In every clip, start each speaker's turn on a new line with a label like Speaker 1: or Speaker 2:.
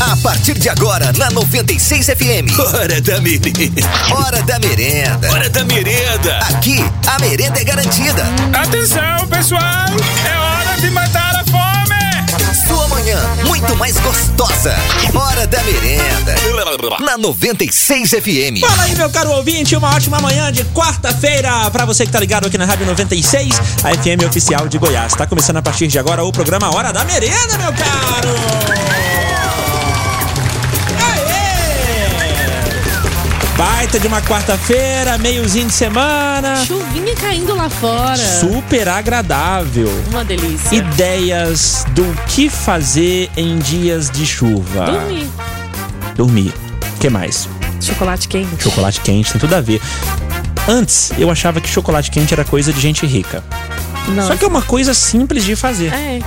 Speaker 1: A partir de agora, na 96 FM.
Speaker 2: Hora da merenda.
Speaker 1: Hora da merenda.
Speaker 2: Hora da merenda.
Speaker 1: Aqui, a merenda é garantida.
Speaker 3: Atenção, pessoal! É hora de matar a fome!
Speaker 1: Sua manhã, muito mais gostosa. Hora da merenda. Na 96 FM.
Speaker 4: Fala aí, meu caro ouvinte. Uma ótima manhã de quarta-feira para você que tá ligado aqui na Rádio 96, a FM oficial de Goiás. Tá começando a partir de agora o programa Hora da Merenda, meu caro! Baita de uma quarta-feira, meiozinho de semana.
Speaker 5: Chuvinha caindo lá fora.
Speaker 4: Super agradável.
Speaker 5: Uma delícia.
Speaker 4: Ideias do que fazer em dias de chuva.
Speaker 5: Dormir.
Speaker 4: Dormir. O que mais?
Speaker 5: Chocolate quente.
Speaker 4: Chocolate quente, tem tudo a ver. Antes, eu achava que chocolate quente era coisa de gente rica. Nossa. Só que é uma coisa simples de fazer.
Speaker 5: Ah. É.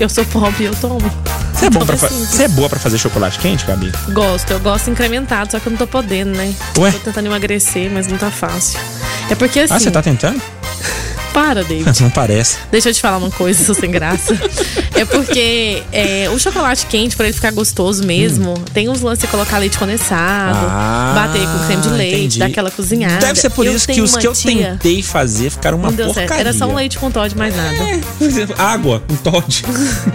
Speaker 5: Eu sou pobre, eu tomo.
Speaker 4: Você é, bom pra fa... Você é boa pra fazer chocolate quente, Gabi?
Speaker 5: Gosto, eu gosto incrementado, só que eu não tô podendo, né?
Speaker 4: Ué?
Speaker 5: Tô tentando emagrecer, mas não tá fácil. É porque assim.
Speaker 4: Ah, você tá tentando?
Speaker 5: Para, David.
Speaker 4: Não parece.
Speaker 5: Deixa eu te falar uma coisa, sou sem graça. é porque é, o chocolate quente, para ele ficar gostoso mesmo, hum. tem uns lances de colocar leite condensado, ah, bater com creme de leite, entendi. dar aquela cozinhada.
Speaker 4: Deve ser por eu isso que os que eu tentei fazer ficaram uma porcaria. Certo.
Speaker 5: Era só um leite com Todd, mais nada.
Speaker 4: É, água com Todd.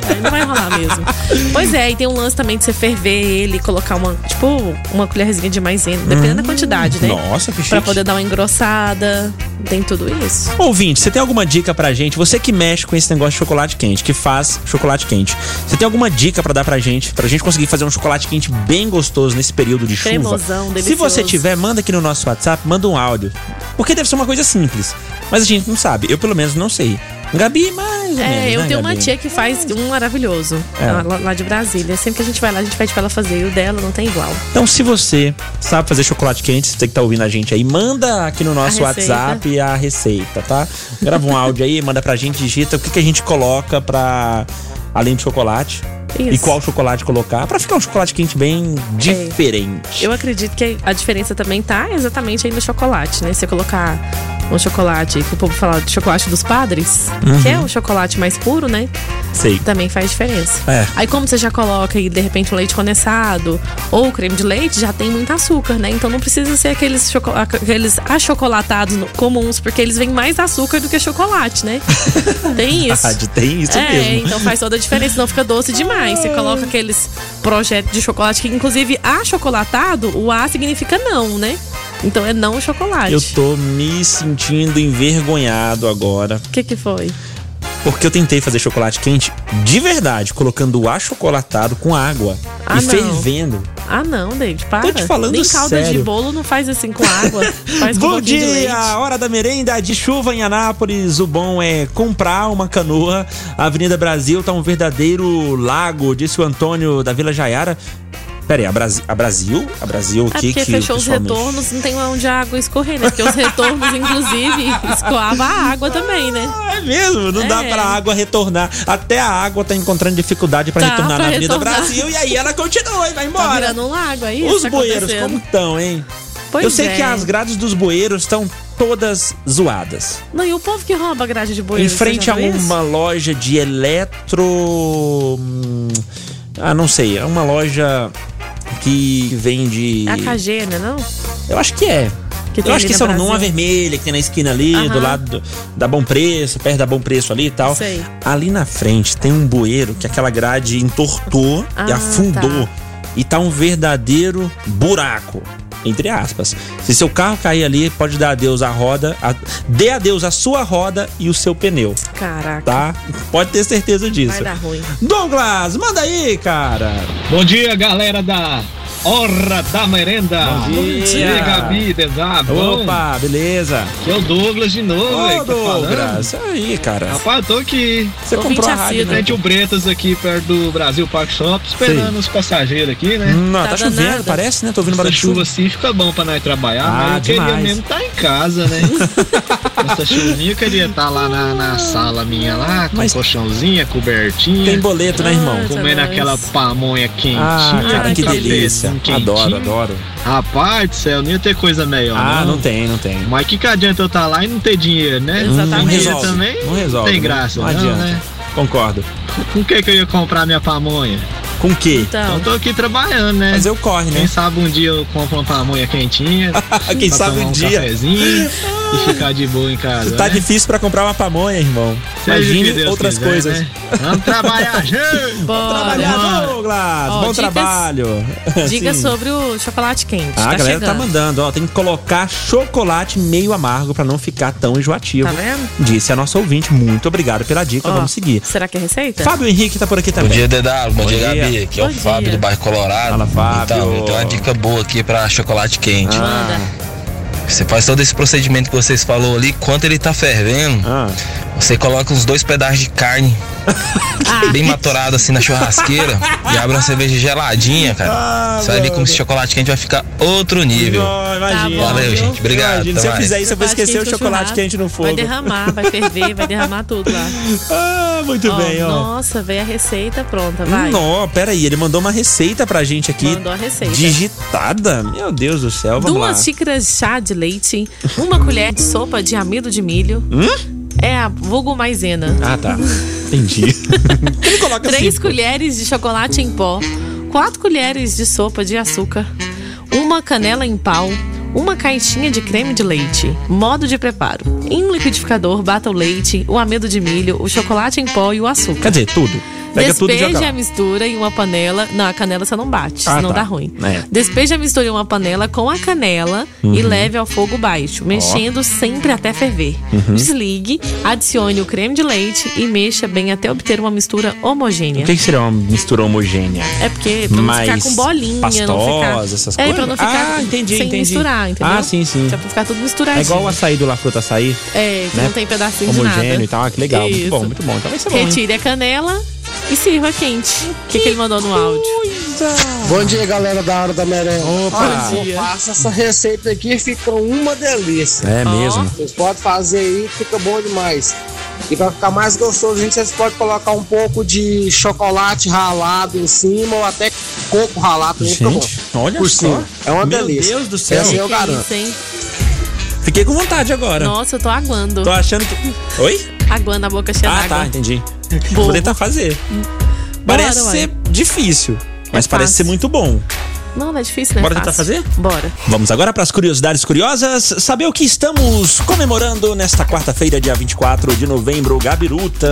Speaker 5: é, não vai rolar mesmo. Pois é, e tem um lance também de você ferver ele, colocar uma, tipo, uma colherzinha de maisena, dependendo hum, da quantidade, né?
Speaker 4: Nossa, que chique.
Speaker 5: Pra poder dar uma engrossada, tem tudo isso.
Speaker 4: Ouvinte, você tem alguma dica pra gente? Você que mexe com esse negócio de chocolate quente, que faz chocolate quente. Você tem alguma dica para dar pra gente? Pra gente conseguir fazer um chocolate quente bem gostoso nesse período de
Speaker 5: Cremosão,
Speaker 4: chuva?
Speaker 5: Delicioso.
Speaker 4: Se você tiver, manda aqui no nosso WhatsApp, manda um áudio. Porque deve ser uma coisa simples. Mas a gente não sabe. Eu, pelo menos, não sei. Gabi, mais ou
Speaker 5: é,
Speaker 4: menos,
Speaker 5: eu
Speaker 4: né,
Speaker 5: tenho uma
Speaker 4: Gabi?
Speaker 5: tia que faz um maravilhoso é. lá, lá, de Brasília. Sempre que a gente vai lá, a gente pede pra ela fazer. E o dela não tem igual.
Speaker 4: Então, se você sabe fazer chocolate quente, você que tá ouvindo a gente aí, manda aqui no nosso
Speaker 5: a
Speaker 4: WhatsApp a receita, tá? Grava um áudio aí, manda pra gente, digita o que, que a gente coloca pra. além do chocolate. Isso. E qual chocolate colocar para ficar um chocolate quente bem diferente.
Speaker 5: É. Eu acredito que a diferença também tá exatamente aí no chocolate, né? Você colocar um chocolate que o povo fala de chocolate dos padres, uhum. que é o chocolate mais puro, né?
Speaker 4: Sei.
Speaker 5: Também faz diferença.
Speaker 4: É.
Speaker 5: Aí como você já coloca aí de repente um leite condensado ou creme de leite, já tem muito açúcar, né? Então não precisa ser aqueles, aqueles achocolatados comuns, porque eles vêm mais açúcar do que chocolate, né? tem isso.
Speaker 4: Ah, tem isso
Speaker 5: é,
Speaker 4: mesmo.
Speaker 5: Então faz toda a diferença, não fica doce demais. Você coloca aqueles projetos de chocolate que inclusive achocolatado, o A significa não, né? Então é não chocolate.
Speaker 4: Eu tô me sentindo envergonhado agora.
Speaker 5: O que que foi?
Speaker 4: Porque eu tentei fazer chocolate quente de verdade, colocando o achocolatado com água
Speaker 5: ah,
Speaker 4: e não. fervendo.
Speaker 5: Ah, não, David, para.
Speaker 4: Tô te falando
Speaker 5: Nem calda
Speaker 4: sério.
Speaker 5: de bolo não faz assim com água. Faz com
Speaker 4: Bom
Speaker 5: um
Speaker 4: dia, hora da merenda de chuva em Anápolis. O bom é comprar uma canoa. A Avenida Brasil tá um verdadeiro lago, disse o Antônio da Vila Jaiara. Pera aí, a, Bras a Brasil? A Brasil, o que
Speaker 5: é
Speaker 4: que
Speaker 5: porque fechou os retornos, não tem onde a água escorrer, né? Porque os retornos, inclusive, escoava a água também, né?
Speaker 4: É mesmo, não é. dá pra água retornar. Até a água tá encontrando dificuldade pra
Speaker 5: Tá,
Speaker 4: retornar
Speaker 5: pra
Speaker 4: na Avenida
Speaker 5: retornar.
Speaker 4: Brasil e aí ela continua e vai embora.
Speaker 5: Tá virando um lago aí?
Speaker 4: os
Speaker 5: tá
Speaker 4: bueiros,
Speaker 5: acontecendo.
Speaker 4: como estão, hein?
Speaker 5: Pois
Speaker 4: Eu sei
Speaker 5: é.
Speaker 4: que as grades dos bueiros estão todas zoadas.
Speaker 5: Não, e o povo que rouba a grade de bueiro?
Speaker 4: em frente
Speaker 5: você
Speaker 4: a
Speaker 5: já viu isso?
Speaker 4: uma loja de eletro. hum, Ah, não sei. É uma loja que vende.
Speaker 5: É a Cagê, né, não?
Speaker 4: Eu acho que é.
Speaker 5: Que tem
Speaker 4: Eu acho
Speaker 5: ali
Speaker 4: que
Speaker 5: na
Speaker 4: essa não é uma
Speaker 5: Brasil.
Speaker 4: vermelha que tem na esquina ali, do
Speaker 5: Aham.
Speaker 4: lado do- da Bom Preço, perto da Bom Preço ali e tal.
Speaker 5: Sei.
Speaker 4: Ali na frente tem um bueiro que aquela grade entortou e
Speaker 5: Ah,
Speaker 4: afundou.
Speaker 5: tá.
Speaker 4: E tá um verdadeiro buraco. Entre aspas. Se seu carro cair ali, pode dar adeus à roda. A, dê adeus à sua roda e o seu pneu,
Speaker 5: Caraca,
Speaker 4: tá? é- Pode ter certeza disso.
Speaker 5: vai dar ruim.
Speaker 4: Douglas, manda aí, cara.
Speaker 6: Bom dia, galera da Hora da Merenda.
Speaker 4: Bom dia.
Speaker 6: E aí, Gabi, Dedá, bom?
Speaker 4: Opa, beleza.
Speaker 6: Aqui é o Douglas de novo,
Speaker 4: Ô,
Speaker 6: velho, que tá falando.
Speaker 4: Douglas, aí, cara.
Speaker 6: Rapaz, tô aqui,
Speaker 4: Você
Speaker 5: Ouvinte
Speaker 4: comprou a rádio,
Speaker 5: assíduo.
Speaker 4: né?
Speaker 6: frente ao Bretas aqui, perto do Brasil Park Shop, esperando os passageiros aqui, né?
Speaker 4: Não, tá,
Speaker 5: Tá
Speaker 4: chovendo,
Speaker 5: danada.
Speaker 4: parece, né? Tô ouvindo
Speaker 6: Essa
Speaker 4: barulho de
Speaker 6: chuva
Speaker 4: chuva.
Speaker 6: assim fica bom pra nós trabalhar,
Speaker 4: Ah,
Speaker 6: mas eu queria
Speaker 4: demais.
Speaker 6: mesmo estar em casa, né? Essa chuvinha eu queria estar lá na, na sala minha lá, com
Speaker 4: Mas-
Speaker 6: colchãozinha, cobertinha.
Speaker 4: Tem boleto, né, irmão?
Speaker 5: Ah,
Speaker 6: Comendo
Speaker 5: Nossa,
Speaker 6: aquela
Speaker 5: nossa.
Speaker 6: pamonha quentinha.
Speaker 4: Ah, cara,
Speaker 5: Ai, tá
Speaker 4: que
Speaker 5: que
Speaker 4: delícia.
Speaker 6: cafezinho
Speaker 4: Adoro,
Speaker 6: quentinho. Tá
Speaker 4: adoro.
Speaker 6: Rapaz do céu, não ia ter coisa melhor.
Speaker 4: Ah, não tem, não tem.
Speaker 6: Mas que que adianta eu estar lá e não ter dinheiro, né?
Speaker 5: Exatamente.
Speaker 4: Não
Speaker 5: Mas
Speaker 4: resolve.
Speaker 6: também
Speaker 4: não resolve.
Speaker 6: tem
Speaker 4: né?
Speaker 6: graça,
Speaker 4: não
Speaker 6: não,
Speaker 4: adianta.
Speaker 6: né?
Speaker 4: Concordo.
Speaker 6: Com que que eu ia comprar minha pamonha?
Speaker 4: Com o quê?
Speaker 5: Então,
Speaker 6: Então tô aqui trabalhando, né?
Speaker 4: Fazer o corre, né?
Speaker 6: Quem sabe um dia eu compro uma pamonha quentinha.
Speaker 4: Quem
Speaker 6: pra
Speaker 4: sabe
Speaker 6: tomar
Speaker 4: um dia.
Speaker 6: cafezinho e ficar de boa em casa.
Speaker 7: É.
Speaker 4: Tá
Speaker 6: né?
Speaker 4: difícil pra comprar uma pamonha, irmão.
Speaker 6: Seja o que
Speaker 4: Imagine
Speaker 6: Deus
Speaker 4: outras
Speaker 6: quiser,
Speaker 4: coisas.
Speaker 6: né? Vamos trabalhar, gente!
Speaker 5: bora.
Speaker 4: Trabalhar, Douglas!
Speaker 5: Ó,
Speaker 4: Bom
Speaker 5: dicas-
Speaker 4: trabalho!
Speaker 5: Diga
Speaker 4: Sim.
Speaker 5: sobre o chocolate quente.
Speaker 4: Ah,
Speaker 5: tá
Speaker 4: a galera
Speaker 5: chegando.
Speaker 4: tá mandando, ó. Tem que colocar chocolate meio amargo pra não ficar tão enjoativo.
Speaker 5: Tá vendo?
Speaker 4: Disse a nossa ouvinte. Muito obrigado pela dica.
Speaker 5: Ó,
Speaker 4: Vamos seguir.
Speaker 5: Será que é receita?
Speaker 4: Fábio Henrique tá por aqui
Speaker 7: Bom
Speaker 4: também.
Speaker 7: dia, DW. Bom,
Speaker 4: Bom
Speaker 7: dia,
Speaker 4: dia.
Speaker 7: Gabi. Aqui é
Speaker 5: Bom
Speaker 7: o Fábio
Speaker 5: dia.
Speaker 7: do bairro Colorado.
Speaker 4: Fala, Fábio.
Speaker 7: Então, eu tenho uma dica boa aqui pra chocolate quente.
Speaker 5: Manda.
Speaker 7: Você faz todo esse procedimento que vocês falou ali, quando ele tá fervendo,
Speaker 4: Ah,
Speaker 7: você coloca uns dois pedaços de carne
Speaker 4: Ah.
Speaker 7: bem maturado assim na churrasqueira e abre uma cerveja geladinha, cara.
Speaker 4: Ah,
Speaker 7: você vai ver como esse chocolate quente vai ficar outro nível.
Speaker 4: não, imagina.
Speaker 5: Tá bom,
Speaker 7: Valeu,
Speaker 5: viu?
Speaker 7: gente. Obrigado.
Speaker 4: Imagina,
Speaker 7: até
Speaker 4: se eu
Speaker 7: mais.
Speaker 4: fizer isso, eu vou esquecer o chocolate quente no
Speaker 5: Vai
Speaker 4: fogo.
Speaker 5: derramar, vai ferver, vai derramar tudo lá.
Speaker 4: Ah, muito
Speaker 5: Ó,
Speaker 4: bem, ó. Hum,
Speaker 5: Nossa, veio a receita pronta, vai.
Speaker 4: Não, peraí, ele mandou uma receita pra gente aqui.
Speaker 5: Mandou a receita.
Speaker 4: Digitada? Meu Deus do céu, vamos lá.
Speaker 5: Duas xícaras de chá de leite, uma colher de sopa de amido de milho.
Speaker 4: Hum?
Speaker 5: É a vulgo maisena.
Speaker 4: Ah, tá. Entendi. ele coloca
Speaker 5: Três
Speaker 4: assim.
Speaker 5: colheres de chocolate em pó, quatro colheres de sopa de açúcar, uma canela em pau, uma caixinha de creme de leite. Modo de preparo: em um liquidificador, bata o leite, o amido de milho, o chocolate em pó e o açúcar.
Speaker 4: Quer dizer, tudo. Pega tudo e joga
Speaker 5: Despeje
Speaker 4: lá.
Speaker 5: a mistura em uma panela. Não, a canela você não bate,
Speaker 4: Ah,
Speaker 5: senão
Speaker 4: tá.
Speaker 5: dá ruim.
Speaker 4: É. Uhum.
Speaker 5: Despeje a mistura em uma panela com a canela e leve ao fogo baixo, mexendo sempre até ferver.
Speaker 4: Uhum.
Speaker 5: Desligue, adicione o creme de leite e mexa bem até obter uma mistura homogênea.
Speaker 4: O que que seria uma mistura homogênea?
Speaker 5: É porque pra não
Speaker 4: Mais
Speaker 5: ficar com bolinha, não ficar.
Speaker 4: pastosa, essas
Speaker 5: É,
Speaker 4: coisas?
Speaker 5: pra não ficar
Speaker 4: Ah, entendi,
Speaker 5: sem
Speaker 4: entendi.
Speaker 5: misturar, entendeu?
Speaker 4: Ah, sim, sim.
Speaker 5: Pra ficar tudo
Speaker 4: É
Speaker 5: misturadinho.
Speaker 4: igual o açaí do La Fruta Açaí,
Speaker 5: É, que
Speaker 4: né?
Speaker 5: não tem pedacinho de
Speaker 4: homogêneo
Speaker 5: nada.
Speaker 4: e tal. Ah, que legal.
Speaker 5: Isso.
Speaker 4: Muito bom, muito bom. Então vai ser bom, hein?
Speaker 5: Retire a canela e sirva quente. O que, que ele mandou no áudio?
Speaker 8: Bom dia, galera da Hora da Merenda.
Speaker 4: Opa!
Speaker 5: Bom dia.
Speaker 8: Faça essa receita aqui, fica uma delícia.
Speaker 4: É
Speaker 5: Ó.
Speaker 4: mesmo.
Speaker 8: Vocês podem fazer aí, fica bom demais. E para ficar mais gostoso, gente, vocês podem colocar um pouco de chocolate ralado em cima ou até coco ralado também fica bom.
Speaker 4: Gente, olha
Speaker 8: Por
Speaker 4: só.
Speaker 8: cima. É assim, uma
Speaker 4: Meu
Speaker 8: delícia.
Speaker 4: Deus do céu.
Speaker 8: Essa eu
Speaker 5: Que é
Speaker 8: garanto.
Speaker 5: isso, hein?
Speaker 4: Fiquei com vontade agora.
Speaker 5: Nossa, eu tô aguando.
Speaker 4: Tô achando que... Oi?
Speaker 5: Aguando a boca cheia
Speaker 4: Ah, tá,
Speaker 5: d'água.
Speaker 4: entendi.
Speaker 5: Bobo.
Speaker 4: Vou tentar fazer. Parece
Speaker 5: ué.
Speaker 4: ser difícil, mas
Speaker 5: É
Speaker 4: parece ser
Speaker 5: fácil.
Speaker 4: muito bom.
Speaker 5: Não, não é difícil, né?
Speaker 4: tá. Bora tentar
Speaker 5: Fácil.
Speaker 4: fazer?
Speaker 5: Bora.
Speaker 4: Vamos agora para as curiosidades curiosas, saber o que estamos comemorando nesta quarta-feira, dia 24 de novembro, Gabiruta.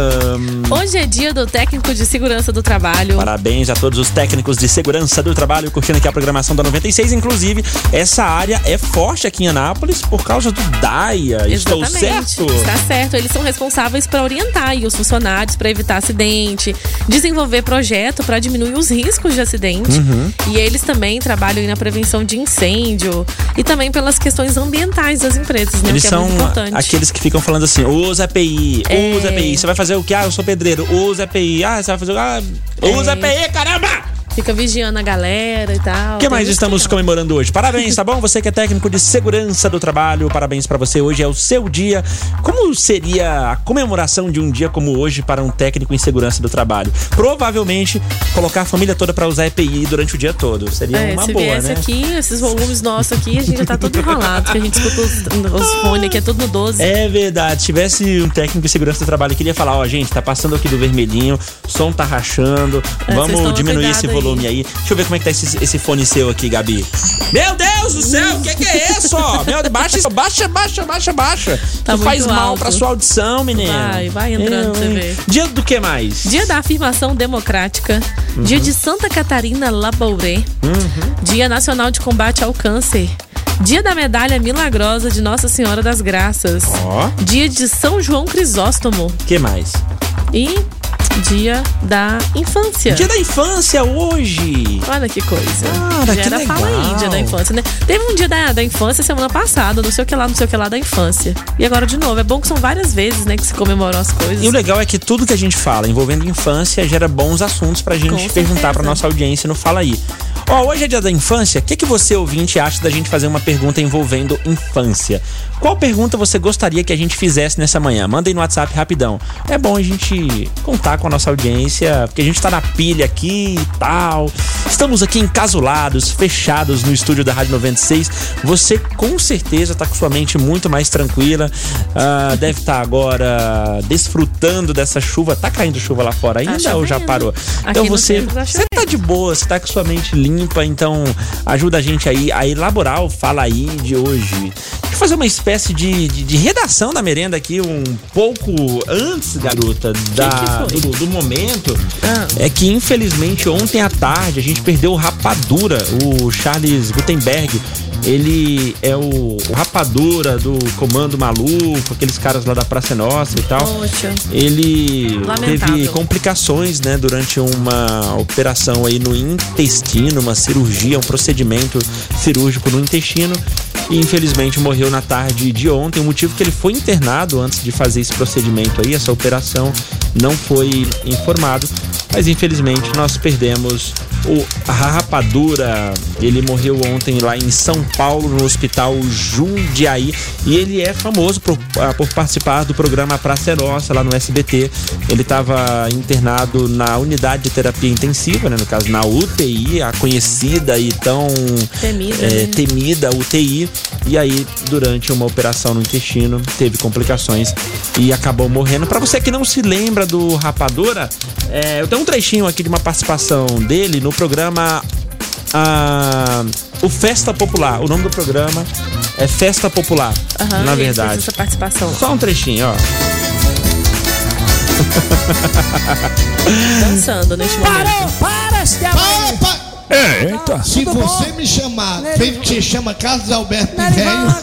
Speaker 5: Hoje é dia do técnico de segurança do trabalho.
Speaker 4: Parabéns a todos os técnicos de segurança do trabalho curtindo aqui a programação da 96. Inclusive, essa área é forte aqui em Anápolis por causa do DAIA. Estou certo?
Speaker 5: Está certo. Eles são responsáveis para orientar aí os funcionários para evitar acidente, desenvolver projeto para diminuir os riscos de acidente.
Speaker 4: Uhum.
Speaker 5: E eles também trabalham aí na prevenção de incêndio e também pelas questões ambientais das empresas, né?
Speaker 4: Eles
Speaker 5: que é
Speaker 4: são
Speaker 5: muito importante.
Speaker 4: aqueles que ficam falando assim: usa API,
Speaker 5: É.
Speaker 4: usa API. Você vai fazer o que? Ah, eu sou pedreiro, usa API. Ah, você vai fazer o que? Ah, usa API, caramba!
Speaker 5: Fica vigiando a galera e tal.
Speaker 4: O que mais
Speaker 5: É. Tem gente
Speaker 4: estamos
Speaker 5: que não.
Speaker 4: comemorando hoje? Parabéns, tá bom? Você que é técnico de segurança do trabalho, parabéns pra você. Hoje é o seu dia. Como seria a comemoração de um dia como hoje para um técnico em segurança do trabalho? Provavelmente colocar a família toda pra usar EPI durante o dia todo. Seria
Speaker 5: É,
Speaker 4: uma
Speaker 5: se
Speaker 4: boa,
Speaker 5: viesse
Speaker 4: né?
Speaker 5: aqui, esses volumes nossos aqui, a gente já tá todo enrolado, porque a gente escuta os, os fones aqui, é tudo no 12.
Speaker 4: É verdade. Se tivesse um técnico de segurança do trabalho que ele ia falar, ó, gente, tá passando aqui do vermelhinho, o som tá rachando,
Speaker 5: É, vocês
Speaker 4: vamos
Speaker 5: tomam
Speaker 4: diminuir
Speaker 5: cuidado
Speaker 4: esse
Speaker 5: aí.
Speaker 4: volume aí. Deixa eu ver como é que tá esse, esse fone seu aqui, Gabi. Meu Deus do céu, o que, que é isso? ó? Meu, baixa, isso, baixa, baixa, baixa, baixa.
Speaker 5: Tá
Speaker 4: tu faz
Speaker 5: muito
Speaker 4: mal
Speaker 5: alto.
Speaker 4: pra sua audição, menino.
Speaker 5: Vai, vai entrando pra você
Speaker 4: hein?
Speaker 5: ver.
Speaker 4: Dia do que mais?
Speaker 5: Dia da Afirmação Democrática,
Speaker 4: Uhum.
Speaker 5: Dia de Santa Catarina Labouré, Dia Nacional de Combate ao Câncer, Dia da Medalha Milagrosa de Nossa Senhora das Graças,
Speaker 4: Ó,
Speaker 5: Dia de São João Crisóstomo
Speaker 4: que mais?
Speaker 5: e Dia da Infância.
Speaker 4: Dia da infância hoje.
Speaker 5: Olha que coisa.
Speaker 4: Cara,
Speaker 5: Já
Speaker 4: que
Speaker 5: era
Speaker 4: legal.
Speaker 5: fala aí, dia da infância, né? Teve um dia da, da infância semana passada, não sei o que lá, não sei o que lá da infância. E agora de novo, é bom que são várias vezes, né, que se comemoram as coisas.
Speaker 4: E o legal é que tudo que a gente fala envolvendo infância gera bons assuntos pra gente
Speaker 5: Com
Speaker 4: perguntar
Speaker 5: certeza.
Speaker 4: pra nossa audiência no Fala Aí. Ó, hoje é dia da infância. O que, que você, ouvinte, acha da gente fazer uma pergunta envolvendo infância? Qual pergunta você gostaria que a gente fizesse nessa manhã? Manda aí no WhatsApp rapidão. É bom a gente contar com a nossa audiência, porque a gente tá na pilha aqui e tal. Estamos aqui encasulados, fechados no estúdio da Rádio 96. Você com certeza tá com sua mente muito mais tranquila. Ah, deve estar agora desfrutando dessa chuva. Tá caindo chuva lá fora ainda ou já
Speaker 5: Tá chovendo.
Speaker 4: parou?
Speaker 5: Aqui
Speaker 4: então
Speaker 5: no
Speaker 4: você,
Speaker 5: centro tá
Speaker 4: você tá
Speaker 5: chovendo.
Speaker 4: de boa, você tá com sua mente limpa, então ajuda a gente aí a elaborar o Fala Aí de hoje. Deixa eu fazer uma espécie de, de, de redação da merenda aqui, um pouco antes, garota, da,
Speaker 5: que foi?
Speaker 4: do, do momento.
Speaker 5: Ah.
Speaker 4: É que infelizmente ontem à tarde a gente perdeu o Rapadura, o Charles Gutenberg. Ele é o, o Rapadura do Comando Maluco, aqueles caras lá da Praça é Nossa e tal.
Speaker 5: Poxa.
Speaker 4: Ele
Speaker 5: Lamentável.
Speaker 4: teve complicações, né, durante uma operação aí no intestino, uma cirurgia, um procedimento cirúrgico no intestino. E infelizmente morreu na tarde de ontem. O motivo que ele foi internado antes de fazer esse procedimento aí, essa operação, não foi informado. Mas infelizmente nós perdemos o Rapadura. Ele morreu ontem lá em São Paulo, no hospital Jundiaí. E ele é famoso por, ah, por participar do programa Praça é Nossa, lá no SBT. Ele estava internado na unidade de terapia intensiva, né? No caso, na UTI, a conhecida e tão
Speaker 5: Temida,
Speaker 4: é,
Speaker 5: né?
Speaker 4: temida UTI. E aí, durante uma operação no intestino, teve complicações e acabou morrendo. Pra você que não se lembra do Rapadura, é, eu tenho um trechinho aqui de uma participação dele no programa. ah, o Festa Popular. O nome do programa é Festa Popular,
Speaker 5: Aham,
Speaker 4: na
Speaker 5: ele fez
Speaker 4: verdade.
Speaker 5: Essa participação.
Speaker 4: Só um trechinho, ó.
Speaker 5: Dançando neste momento.
Speaker 9: para, Estevam!
Speaker 4: Eita.
Speaker 10: Se
Speaker 9: Tudo
Speaker 10: você
Speaker 9: bom?
Speaker 10: me chamar,
Speaker 9: Nerivan.
Speaker 10: vem que te chama Carlos Alberto Velho,
Speaker 9: Nerivana,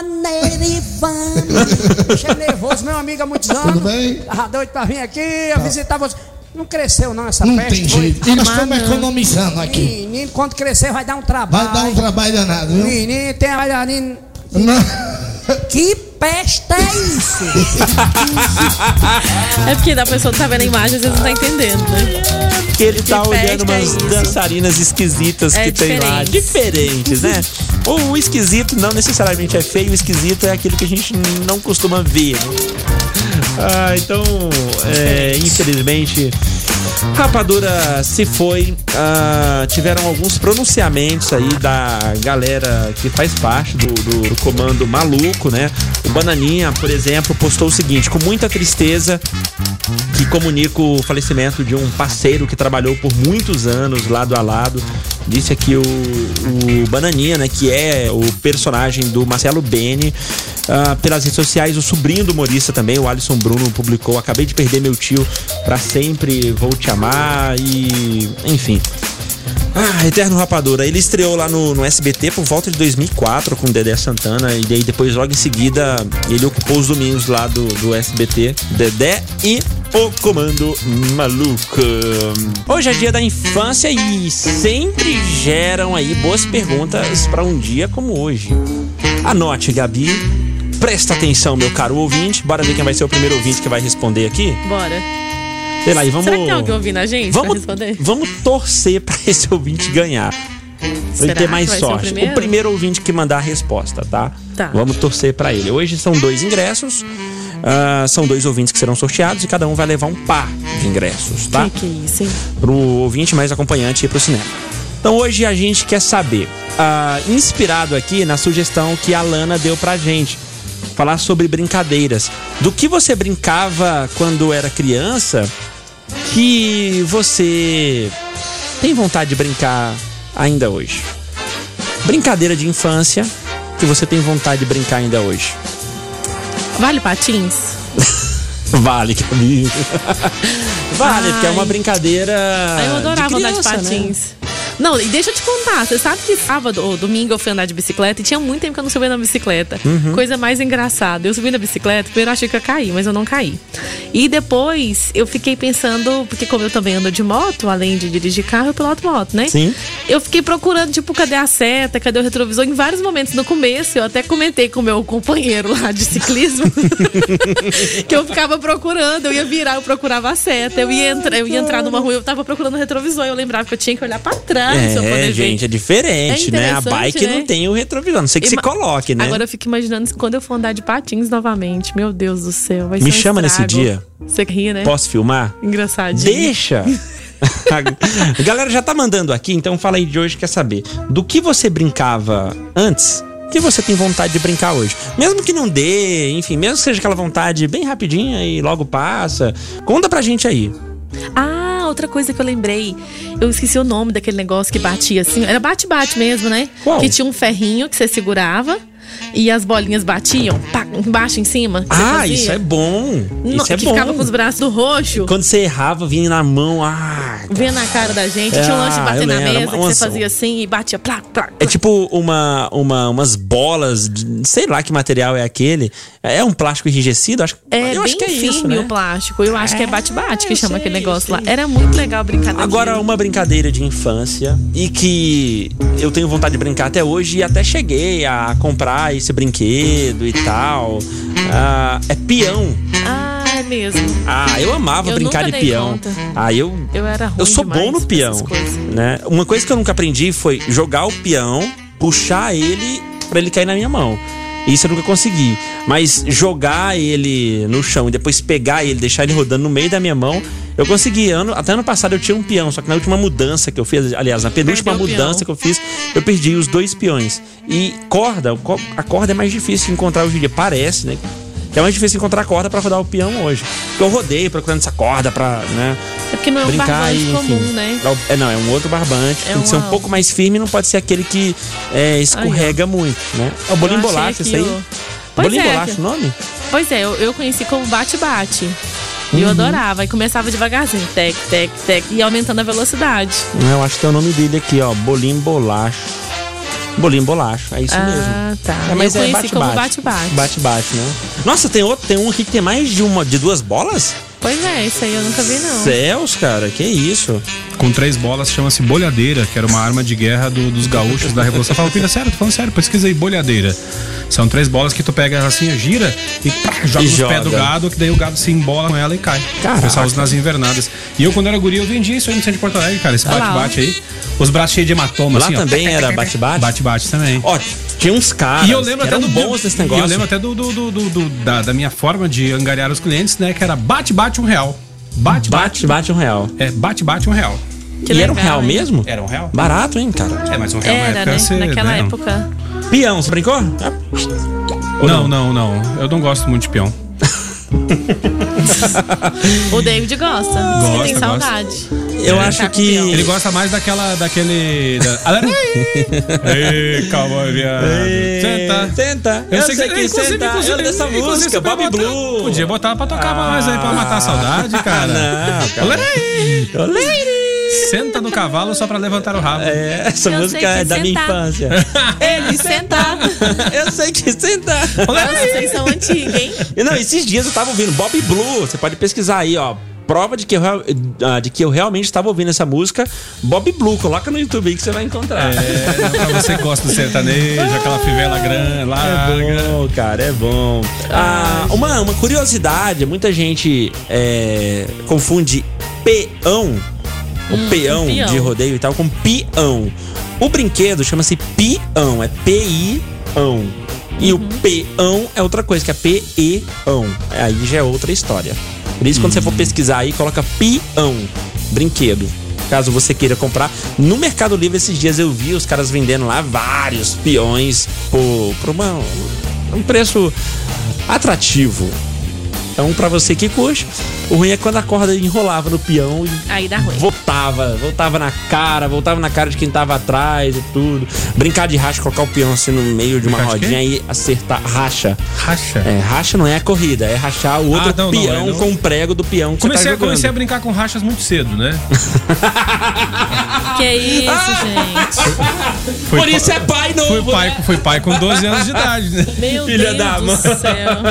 Speaker 9: Nerivana. Deixei nervoso, meu amigo há muitos anos.
Speaker 10: Tudo bem? Tá.
Speaker 9: Tava doido pra vir aqui, a visitar você. Não cresceu, não, essa
Speaker 10: não
Speaker 9: festa.
Speaker 10: tem jeito. E nós estamos economizando aqui.
Speaker 9: Menino, quando crescer, vai dar um trabalho.
Speaker 10: Vai dar um trabalho danado, viu?
Speaker 9: Menino, tem a bailarina.
Speaker 10: Não.
Speaker 9: Que peste é isso?
Speaker 5: É porque da pessoa que tá vendo a imagem, às vezes não tá entendendo, né?
Speaker 4: Que ele tá
Speaker 5: Que
Speaker 4: olhando
Speaker 5: festa é
Speaker 4: umas
Speaker 5: isso?
Speaker 4: dançarinas esquisitas
Speaker 5: É
Speaker 4: que tem lá.
Speaker 5: diferente.
Speaker 4: Diferentes, né? O o esquisito não necessariamente é feio, o esquisito é aquilo que a gente não costuma ver. né? Ah, então, é, infelizmente, Rapadura se foi. Ah, tiveram alguns pronunciamentos aí da galera que faz parte do, do- do comando maluco, né? O Bananinha, por exemplo, postou o seguinte: com muita tristeza, que comunica o falecimento de um parceiro que trabalhou por muitos anos lado a lado. Disse aqui o, o Bananinha, né, que é o personagem do Marcelo Bene. Ah, pelas redes sociais, o sobrinho do humorista também, o Alisson Bruno, publicou: Acabei de perder meu tio, pra sempre vou te amar. E. Enfim. Ah, Eterno Rapadura. Ele estreou lá no, no SBT por volta de 2004 com o Dedé Santana. E aí depois, logo em seguida, ele ocupou os domingos lá do, do SBT. Dedé e o Comando Maluco. Hoje é dia da infância e sempre geram aí boas perguntas pra um dia como hoje. Anote, Gabi. Presta atenção, meu caro ouvinte. Bora ver quem vai ser o primeiro ouvinte que vai responder aqui.
Speaker 5: Bora.
Speaker 4: Sei lá, e vamos...
Speaker 5: Será que tem alguém ouvindo a gente pra responder?
Speaker 4: Vamos torcer pra esse ouvinte ganhar. Pra
Speaker 5: Será
Speaker 4: ele ter mais
Speaker 5: que vai ser
Speaker 4: sorte.
Speaker 5: O primeiro?
Speaker 4: ouvinte que mandar a resposta, tá?
Speaker 5: Tá.
Speaker 4: Vamos torcer pra ele. Hoje são dois ingressos. ah, são dois ouvintes que serão sorteados e cada um vai levar um par de ingressos, tá?
Speaker 5: Que que é isso, hein?
Speaker 4: Pro ouvinte mais acompanhante ir pro cinema. Então hoje a gente quer saber, ah, inspirado aqui na sugestão que a Lana deu pra gente, falar sobre brincadeiras. Do que você brincava quando era criança que você tem vontade de brincar ainda hoje? Brincadeira de infância que você tem vontade de brincar ainda hoje.
Speaker 5: Vale patins?
Speaker 4: Vale, Camila. Vale, porque é uma
Speaker 5: Ai.
Speaker 4: brincadeira.
Speaker 5: Aí eu adorava
Speaker 4: Ah, criança,
Speaker 5: andar
Speaker 4: né?
Speaker 5: de patins. Não, e deixa eu te contar, você sabe que sábado ou domingo eu fui andar de bicicleta e tinha muito tempo que eu não subia na bicicleta.
Speaker 4: Uhum.
Speaker 5: Coisa mais engraçada. Eu subi na bicicleta, primeiro eu achei que eu caí, mas eu não caí. E depois eu fiquei pensando, porque como eu também ando de moto, além de dirigir carro, eu piloto moto, né?
Speaker 4: Sim.
Speaker 5: Eu fiquei procurando, tipo, cadê a seta, cadê o retrovisor, em vários momentos no começo. Eu até comentei com o meu companheiro lá de ciclismo que eu ficava procurando. Eu ia virar, eu procurava a seta. Eu ia, entra, eu ia entrar numa rua, eu tava procurando o retrovisor. Eu lembrava que eu tinha que olhar pra trás pra eu
Speaker 4: É,
Speaker 5: poder
Speaker 4: gente,
Speaker 5: ver.
Speaker 4: é diferente,
Speaker 5: É
Speaker 4: né? A
Speaker 5: interessante,
Speaker 4: bike
Speaker 5: né?
Speaker 4: não tem o retrovisor, a não ser que
Speaker 5: E
Speaker 4: se
Speaker 5: ma-
Speaker 4: coloque, né?
Speaker 5: Agora eu fico imaginando quando eu for andar de patins novamente. Meu Deus do céu. Vai
Speaker 4: Me
Speaker 5: ser um
Speaker 4: chama nesse
Speaker 5: estrago.
Speaker 4: dia.
Speaker 5: Você ri, né?
Speaker 4: Posso filmar?
Speaker 5: Engraçadinho.
Speaker 4: Deixa! A galera já tá mandando aqui, então fala aí de hoje, quer saber. Do que você brincava antes? O que você tem vontade de brincar hoje? Mesmo que não dê, enfim, mesmo que seja aquela vontade bem rapidinha e logo passa. Conta pra gente aí.
Speaker 5: Ah, outra coisa que eu lembrei. Eu esqueci o nome daquele negócio que batia assim. Era bate-bate mesmo, né?
Speaker 4: Qual?
Speaker 5: Que tinha um ferrinho que você segurava e as bolinhas batiam, pá, embaixo, em cima. que você
Speaker 4: Ah,
Speaker 5: fazia.
Speaker 4: isso é bom.
Speaker 5: No-
Speaker 4: Isso é
Speaker 5: que ficava com
Speaker 4: bom.
Speaker 5: os braços do roxo,
Speaker 4: Quando você errava, vinha na mão. Ah,
Speaker 5: vendo na cara da gente.
Speaker 4: É,
Speaker 5: tinha um lanche
Speaker 4: ah,
Speaker 5: batendo
Speaker 4: eu
Speaker 5: na
Speaker 4: lembro,
Speaker 5: mesa, que
Speaker 4: uma-
Speaker 5: você fazia assim e batia, plá, plá.
Speaker 4: É tipo uma, uma, umas bolas, de- sei lá que material é aquele. É um plástico enrijecido? Acho,
Speaker 5: É
Speaker 4: eu
Speaker 5: bem
Speaker 4: acho que é
Speaker 5: firme
Speaker 4: isso, né?
Speaker 5: o plástico. Eu acho que é bate-bate que
Speaker 4: eu
Speaker 5: chama
Speaker 4: sei,
Speaker 5: aquele negócio lá. Era muito legal brincar daquilo.
Speaker 4: Agora, uma brincadeira de infância e que eu tenho vontade de brincar até hoje e até cheguei a comprar esse brinquedo e tal. Ah, é peão.
Speaker 5: Ah, é mesmo.
Speaker 4: Ah, eu amava
Speaker 5: Eu
Speaker 4: brincar de
Speaker 5: nunca dei
Speaker 4: peão.
Speaker 5: conta.
Speaker 4: Ah, eu
Speaker 5: Eu era Tá ruim
Speaker 4: Eu sou
Speaker 5: demais
Speaker 4: bom no
Speaker 5: pra
Speaker 4: peão,
Speaker 5: essas coisas.
Speaker 4: né? Uma coisa que eu nunca aprendi foi jogar o peão, puxar ele pra ele cair na minha mão. Isso eu nunca consegui. Mas jogar ele no chão e depois pegar ele, deixar ele rodando no meio da minha mão, eu consegui. Ano, até ano passado eu tinha um peão, só que na última mudança que eu fiz, aliás, na penúltima
Speaker 5: Perdeu o peão.
Speaker 4: mudança que eu fiz, eu perdi os dois peões. E corda, o co- a corda é mais difícil de encontrar hoje em dia, parece, né? Que é mais difícil encontrar corda pra rodar o peão hoje. Eu rodei procurando essa corda pra, né?
Speaker 5: É porque não é um
Speaker 4: brincar
Speaker 5: barbante
Speaker 4: e, enfim.
Speaker 5: comum, né?
Speaker 4: É, não, é um outro barbante.
Speaker 5: É
Speaker 4: tem que ser um
Speaker 5: uma-
Speaker 4: pouco mais firme, não pode ser aquele que é, escorrega muito, né? É o bolinho
Speaker 5: Eu achei
Speaker 4: bolacha, isso
Speaker 5: aqui
Speaker 4: aí.
Speaker 5: o- Pois
Speaker 4: bolinho
Speaker 5: é,
Speaker 4: bolacha o nome?
Speaker 5: Pois é, eu, eu conheci como bate-bate. E
Speaker 4: Uhum.
Speaker 5: eu adorava. E começava devagarzinho, tec, tec, tec. E aumentando a velocidade.
Speaker 4: Eu acho que tem o nome dele aqui, ó. Bolinho bolacha. Bolinho bolacha, é isso mesmo. É,
Speaker 5: ah, tá. eu conheci como bate-bate.
Speaker 4: Bate-bate, né? Nossa, tem outro, tem um aqui que tem mais de uma, de duas bolas?
Speaker 5: Pois é, isso aí eu nunca vi, não.
Speaker 4: Céus, cara, que isso?
Speaker 11: Com três bolas chama-se bolhadeira, que era uma arma de guerra do- dos gaúchos da Revolução. Fala, Pina, sério, tô falando sério, pesquisa aí, bolhadeira. São três bolas que tu pega assim, gira e pá, joga
Speaker 4: E
Speaker 11: nos
Speaker 4: joga.
Speaker 11: pés do gado, que daí o gado se embola com ela e cai.
Speaker 4: Caraca.
Speaker 11: O pessoal usa nas invernadas. E eu, quando era guri, eu vendia isso aí no centro de Porto Alegre, cara, esse
Speaker 5: Olha lá,
Speaker 11: bate-bate aí. Os braços cheios de hematoma,
Speaker 4: Lá
Speaker 11: assim, ó.
Speaker 4: também era bate-bate?
Speaker 11: Bate-bate também.
Speaker 4: Ó, tinha uns caras
Speaker 11: E eu lembro
Speaker 4: que
Speaker 11: até
Speaker 4: eram
Speaker 11: do
Speaker 4: bons nesse negócio.
Speaker 11: E eu lembro até do, do- do- do- do- da, da minha forma de angariar os clientes, né? Que era bate, bate um real. Bate, bate.
Speaker 4: Bate, bate um real.
Speaker 11: É, bate, bate um real.
Speaker 5: Que
Speaker 4: e era um
Speaker 5: legal,
Speaker 4: real
Speaker 5: hein?
Speaker 4: mesmo?
Speaker 11: Era um real?
Speaker 4: Barato, hein, cara?
Speaker 11: É, mas um real na
Speaker 5: Era,
Speaker 11: época
Speaker 5: né?
Speaker 11: você,
Speaker 5: Naquela
Speaker 11: né, não.
Speaker 5: época.
Speaker 4: Peão, você brincou? Ou
Speaker 11: Não, não, não. Eu não gosto muito de peão.
Speaker 5: O David gosta.
Speaker 11: Gosta,
Speaker 5: Você tem
Speaker 11: gosta.
Speaker 5: saudade.
Speaker 4: Eu
Speaker 5: Tá
Speaker 4: acho que.
Speaker 11: Ele gosta mais daquela, daquele... Da... Ah, não. Ei, calma, viado.
Speaker 4: Senta.
Speaker 11: Senta.
Speaker 4: Senta. Eu, sei que
Speaker 11: inclusive,
Speaker 4: senta.
Speaker 11: inclusive,
Speaker 4: eu lembro dessa
Speaker 11: inclusive,
Speaker 4: música,
Speaker 11: pra
Speaker 4: Bob
Speaker 11: botar-
Speaker 4: Blue. Ah.
Speaker 11: Podia botar pra tocar pra nós aí, pra matar a saudade, cara.
Speaker 4: não, cara.
Speaker 11: Olê!
Speaker 4: Eu lembro.
Speaker 11: Senta no cavalo só pra levantar o rabo.
Speaker 4: É, essa
Speaker 5: Eu
Speaker 4: música
Speaker 5: sei que
Speaker 4: é da minha
Speaker 5: senta.
Speaker 4: infância.
Speaker 5: Ele sentado.
Speaker 4: eu sei que senta.
Speaker 5: Nossa, vocês são antigos, hein?
Speaker 4: E Não, esses dias eu tava ouvindo Bob Blue. Você pode pesquisar aí, ó. Prova de que, eu, real- ah, de que eu realmente estava ouvindo essa música. Bob Blue, coloca no YouTube aí que você vai encontrar.
Speaker 11: É, pra você que gosta do sertanejo, aquela fivela grande,
Speaker 4: É
Speaker 11: larga.
Speaker 4: bom, cara, é bom. Ah, uma, uma curiosidade, muita gente é, confunde peão, o Um peão,
Speaker 5: peão.
Speaker 4: de rodeio e tal, com peão. O brinquedo chama-se peão, é P-I-ão. E o peão é outra coisa, que é P-E-ão. Aí já é outra história. Por isso, quando você for pesquisar aí, coloca peão, brinquedo. Caso você queira comprar. No Mercado Livre, esses dias eu vi os caras vendendo lá vários peões por, por uma- um preço atrativo. Então, pra você que curte, o ruim é quando a corda enrolava no peão e
Speaker 5: Aí dá ruim.
Speaker 4: voltava, voltava na cara, voltava na cara de quem tava atrás e tudo. Brincar de racha, colocar o peão assim no meio de uma
Speaker 11: Brincar de
Speaker 4: rodinha e acertar racha.
Speaker 11: Racha.
Speaker 4: É, racha não é a corrida, é rachar o outro
Speaker 11: Ah, não, não,
Speaker 4: peão
Speaker 11: é, não.
Speaker 4: com o prego do peão que você tá
Speaker 11: Comecei, a-
Speaker 4: jogando.
Speaker 11: comecei a brincar com rachas muito cedo, né?
Speaker 5: Que é isso, gente.
Speaker 11: Fui
Speaker 4: Por
Speaker 11: pa-
Speaker 4: isso é pai novo,
Speaker 11: Fui pai,
Speaker 4: né?
Speaker 11: fui pai com 12 anos de idade, né?
Speaker 5: Meu
Speaker 4: Filha
Speaker 5: Deus
Speaker 4: da
Speaker 5: do
Speaker 4: mãe.
Speaker 5: céu.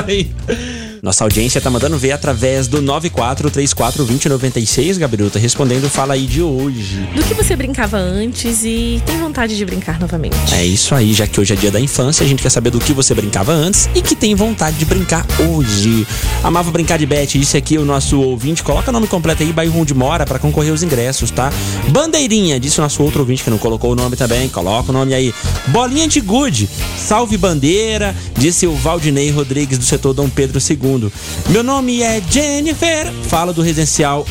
Speaker 4: Nossa audiência tá mandando ver através do 94342096, Gabiruta, respondendo fala aí de hoje.
Speaker 5: Do que você brincava antes e tem vontade de brincar novamente?
Speaker 4: É isso aí, já que hoje é dia da infância, a gente quer saber do que você brincava antes e que tem vontade de brincar hoje. Amava brincar de bet, disse aqui é o nosso ouvinte. Coloca o nome completo aí, bairro onde mora, pra concorrer os ingressos, tá? Bandeirinha, disse o nosso outro ouvinte que não colocou o nome também. Coloca o nome aí. Bolinha de gude, salve bandeira, disse o Valdinei Rodrigues do setor Dom Pedro II. mundo. Meu nome é Jennifer, falo do residencial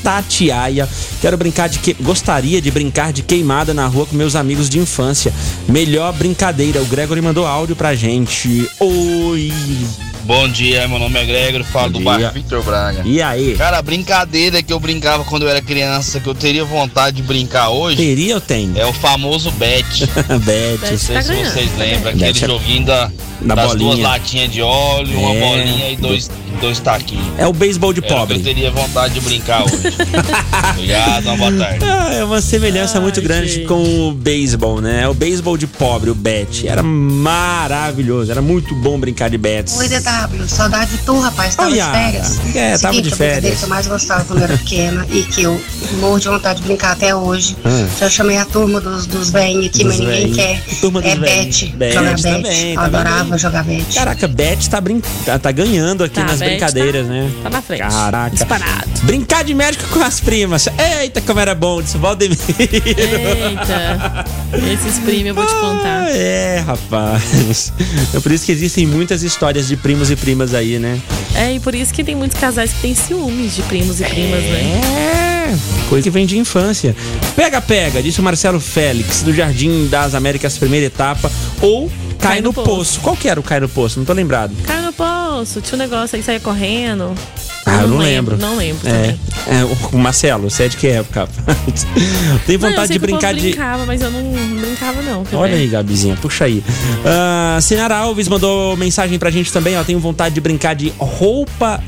Speaker 4: Itatiaia. Quero brincar de que... Gostaria de brincar de queimada na rua com meus amigos de infância. Melhor brincadeira. O Gregory mandou áudio pra gente. Oi!
Speaker 12: Bom dia, meu nome é Gregor, falo do
Speaker 4: Bom dia.
Speaker 12: bairro Vitor Braga.
Speaker 4: E aí?
Speaker 12: Cara, a brincadeira que eu brincava quando eu era criança, que eu teria vontade de brincar hoje.
Speaker 4: Teria ou tem?
Speaker 12: É o famoso bet.
Speaker 4: bet.
Speaker 5: Tá
Speaker 12: Não sei se vocês lembram,
Speaker 4: Bet
Speaker 12: é aquele
Speaker 4: é-
Speaker 12: joguinho da,
Speaker 4: da
Speaker 12: das
Speaker 4: bolinha.
Speaker 12: duas latinhas de óleo, uma
Speaker 4: É.
Speaker 12: bolinha e dois, dois taquinhos.
Speaker 4: É o beisebol de
Speaker 12: Era o que
Speaker 4: pobre.
Speaker 12: Eu teria vontade de brincar hoje. Obrigado, uma boa tarde.
Speaker 4: Ah, é uma semelhança muito grande com o beisebol, né? O beisebol de pobre, o bet. Era maravilhoso, era muito bom brincar de bets.
Speaker 13: Oi, DW, saudade tu, rapaz, é, tá- tava
Speaker 4: Oi,
Speaker 13: de
Speaker 4: Yara.
Speaker 13: férias.
Speaker 4: É, tava de
Speaker 13: Seguinte, a brincadeira
Speaker 4: férias.
Speaker 13: que eu mais gostava quando era pequena e que eu morro de vontade de brincar até hoje.
Speaker 4: Hum.
Speaker 13: Já chamei a turma dos, dos velhinhos aqui,
Speaker 4: Dos
Speaker 13: mas ninguém
Speaker 4: velhinhos.
Speaker 13: quer.
Speaker 4: Turma dos
Speaker 13: é
Speaker 4: velhinhos.
Speaker 13: Bete,
Speaker 4: Bet
Speaker 13: jogar Bete.
Speaker 4: também,
Speaker 13: Eu
Speaker 4: tá
Speaker 13: adorava
Speaker 4: bem.
Speaker 13: jogar Bete.
Speaker 4: Caraca, Bet tá, brin... tá, tá ganhando aqui
Speaker 13: Tá,
Speaker 4: nas
Speaker 13: Bet
Speaker 4: brincadeiras, né? Tá
Speaker 5: na frente.
Speaker 4: Caraca.
Speaker 5: Disparado.
Speaker 4: Brincar de médico com as primas. Eita, como era bom, disse o Valdemiro.
Speaker 5: Eita. Esses primos eu vou te contar.
Speaker 4: É, rapaz. É por isso que existem muitas histórias de primos e primas aí, né?
Speaker 5: É, e por isso que tem muitos casais que têm ciúmes de primos e primas,
Speaker 4: né? Coisa que vem de infância. Pega, pega, disse o Marcelo Félix, do Jardim das Américas, primeira etapa. Ou cai, no, poço. Qual que era o cai no poço? Não tô lembrado.
Speaker 5: Caiu no poço, tinha um negócio aí, saia correndo.
Speaker 4: Ah, eu não lembro.
Speaker 5: Não lembro.
Speaker 4: É, é, o Marcelo, você é de que época? rapaz? Tem
Speaker 5: Não, eu
Speaker 4: vontade de
Speaker 5: sei que o povo
Speaker 4: brincar de.
Speaker 5: brincava, mas eu não brincava, não. viu,
Speaker 4: Olha
Speaker 5: né?
Speaker 4: aí, Gabizinha, puxa aí. Ah, Sinara Alves mandou mensagem pra gente também, ó. Tenho vontade de brincar de roupa.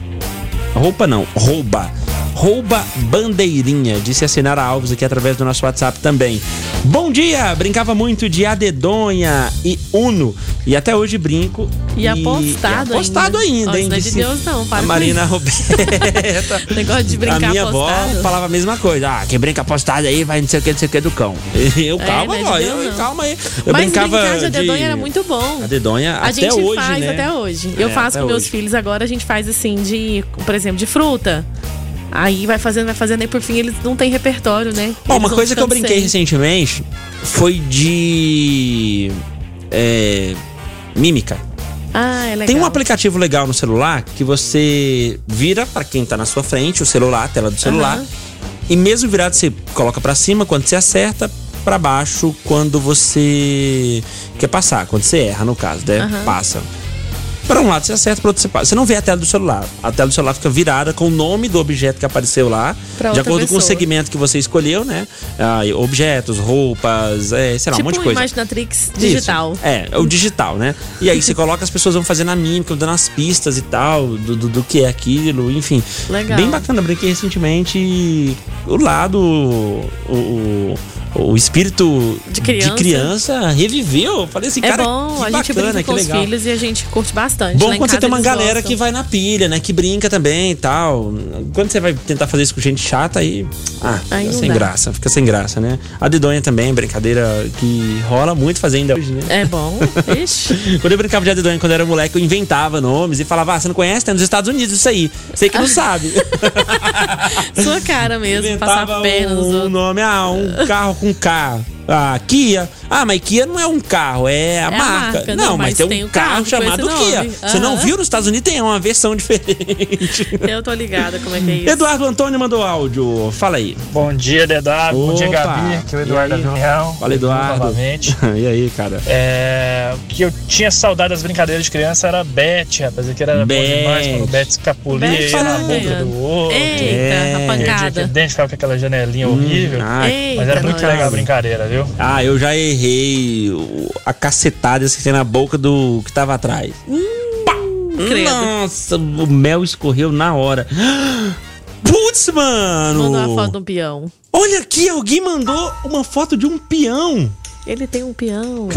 Speaker 4: Roupa não, rouba. Rouba bandeirinha, disse a Sinara Alves aqui através do nosso WhatsApp também. Bom dia! Brincava muito de adedonha e uno. E até hoje brinco.
Speaker 5: E apostado
Speaker 4: e apostado ainda,
Speaker 5: Ó,
Speaker 4: hein?
Speaker 5: Isso não é de
Speaker 4: disse
Speaker 5: Deus, não. Para
Speaker 4: a
Speaker 5: com
Speaker 4: Marina
Speaker 5: isso.
Speaker 4: Roberta.
Speaker 5: Negócio de brincar
Speaker 4: A minha
Speaker 5: apostado.
Speaker 4: avó falava a mesma coisa. Ah, quem brinca apostado aí vai não sei o que, não sei o que do cão. Eu,
Speaker 5: É,
Speaker 4: calma,
Speaker 5: não é de
Speaker 4: vó,
Speaker 5: Deus,
Speaker 4: eu,
Speaker 5: não.
Speaker 4: calma aí. Eu
Speaker 5: Mas
Speaker 4: brincava
Speaker 5: brincar de adedonha
Speaker 4: de-
Speaker 5: era muito bom.
Speaker 4: A dedonha
Speaker 5: A
Speaker 4: até
Speaker 5: gente
Speaker 4: hoje,
Speaker 5: faz
Speaker 4: né?
Speaker 5: até hoje. Eu
Speaker 4: É,
Speaker 5: faço
Speaker 4: até
Speaker 5: com meus
Speaker 4: hoje.
Speaker 5: filhos agora, a gente faz assim de, por exemplo, de fruta. Aí vai fazendo, vai fazendo, e por fim eles não têm repertório,
Speaker 4: Ó,
Speaker 5: né? Eles
Speaker 4: uma
Speaker 5: vão
Speaker 4: coisa que eu
Speaker 5: ficando
Speaker 4: brinquei
Speaker 5: sem.
Speaker 4: recentemente foi de... é, mímica.
Speaker 5: Ah, é legal.
Speaker 4: Tem um aplicativo legal no celular que você vira pra quem tá na sua frente, o celular, a tela do celular.
Speaker 5: Aham.
Speaker 4: E mesmo virado, você coloca pra cima quando você acerta, pra baixo quando você quer passar, quando você erra, no caso, né?
Speaker 5: Aham.
Speaker 4: Passa. Pra um lado você acerta, pro outro você passa. Você não vê a tela do celular. A tela do celular fica virada com o nome do objeto que apareceu lá,
Speaker 5: Pra
Speaker 4: de
Speaker 5: outra
Speaker 4: acordo com o
Speaker 5: pessoa.
Speaker 4: segmento que você escolheu, né? Ah, e objetos, roupas, é, sei lá,
Speaker 5: tipo
Speaker 4: um monte de coisa.
Speaker 5: Imaginatrix digital.
Speaker 4: Isso. É, é o digital, né? E aí você coloca, as pessoas vão fazendo a mímica, dando as pistas e tal, do, do, do que é aquilo, enfim.
Speaker 5: Legal.
Speaker 4: Bem bacana, brinquei recentemente e o lado, o, o, o espírito
Speaker 5: De criança.
Speaker 4: criança reviveu. Eu Falei assim,
Speaker 5: é
Speaker 4: cara,
Speaker 5: bom,
Speaker 4: que
Speaker 5: a gente
Speaker 4: bacana,
Speaker 5: brinca
Speaker 4: que
Speaker 5: com os
Speaker 4: legal.
Speaker 5: filhos e a gente curte bastante. Lá
Speaker 4: Bom
Speaker 5: em
Speaker 4: quando você
Speaker 5: casa
Speaker 4: tem uma
Speaker 5: eles
Speaker 4: galera
Speaker 5: gostam.
Speaker 4: que vai na pilha, né? Que brinca também e tal. Quando você vai tentar fazer isso com gente chata, aí. Ah,
Speaker 5: Aí
Speaker 4: fica
Speaker 5: não
Speaker 4: sem
Speaker 5: dá.
Speaker 4: graça, fica sem graça, né? A dedonha também, brincadeira que rola muito fazer ainda hoje, né?
Speaker 5: É bom.
Speaker 4: quando eu brincava de dedonha quando eu era moleque, eu inventava nomes e falava, ah, você não conhece? Tá nos Estados Unidos isso aí. Sei que não sabe.
Speaker 5: Sua cara mesmo, passar a perna nos
Speaker 4: um nome, ah, um carro com K. Ah, Kia. Ah, mas Kia não é um carro, é a,
Speaker 5: É a
Speaker 4: marca.
Speaker 5: marca.
Speaker 4: Não,
Speaker 5: Não,
Speaker 4: mas,
Speaker 5: mas
Speaker 4: tem um
Speaker 5: tem o
Speaker 4: carro,
Speaker 5: carro com
Speaker 4: chamado
Speaker 5: esse
Speaker 4: Kia.
Speaker 5: nome.
Speaker 4: Você não
Speaker 5: Aham.
Speaker 4: viu nos Estados Unidos? Tem uma versão diferente.
Speaker 5: Eu tô ligada como é que é isso.
Speaker 4: Eduardo Antônio mandou áudio. Fala aí.
Speaker 14: Bom dia, DW. Bom dia,
Speaker 4: Opa.
Speaker 14: Gabi. Aqui é o Eduardo
Speaker 4: E aí?
Speaker 14: Avião.
Speaker 4: Fala, Eduardo.
Speaker 14: Novamente.
Speaker 4: e aí, cara?
Speaker 14: É, o que eu tinha saudade das brincadeiras de criança era Bete, rapaz. Que era
Speaker 4: Bete.
Speaker 14: bom demais quando o Bete escapulia
Speaker 5: Bete
Speaker 14: ia na
Speaker 5: fala,
Speaker 14: boca do outro.
Speaker 5: Eita, a pancada.
Speaker 14: Perdia aquele dente, ficava com aquela janelinha horrível.
Speaker 4: ah,
Speaker 14: mas
Speaker 4: eita,
Speaker 14: era muito
Speaker 4: nós.
Speaker 14: legal a brincadeira, viu?
Speaker 4: Ah, eu já errei o- a cacetada que tem na boca do que tava atrás. Pá!
Speaker 5: Hum, credo.
Speaker 4: Nossa, o mel escorreu na hora. Putz, mano!
Speaker 5: Mandou uma foto de um peão.
Speaker 4: Olha aqui, alguém mandou uma foto de um peão.
Speaker 5: Ele tem um peão.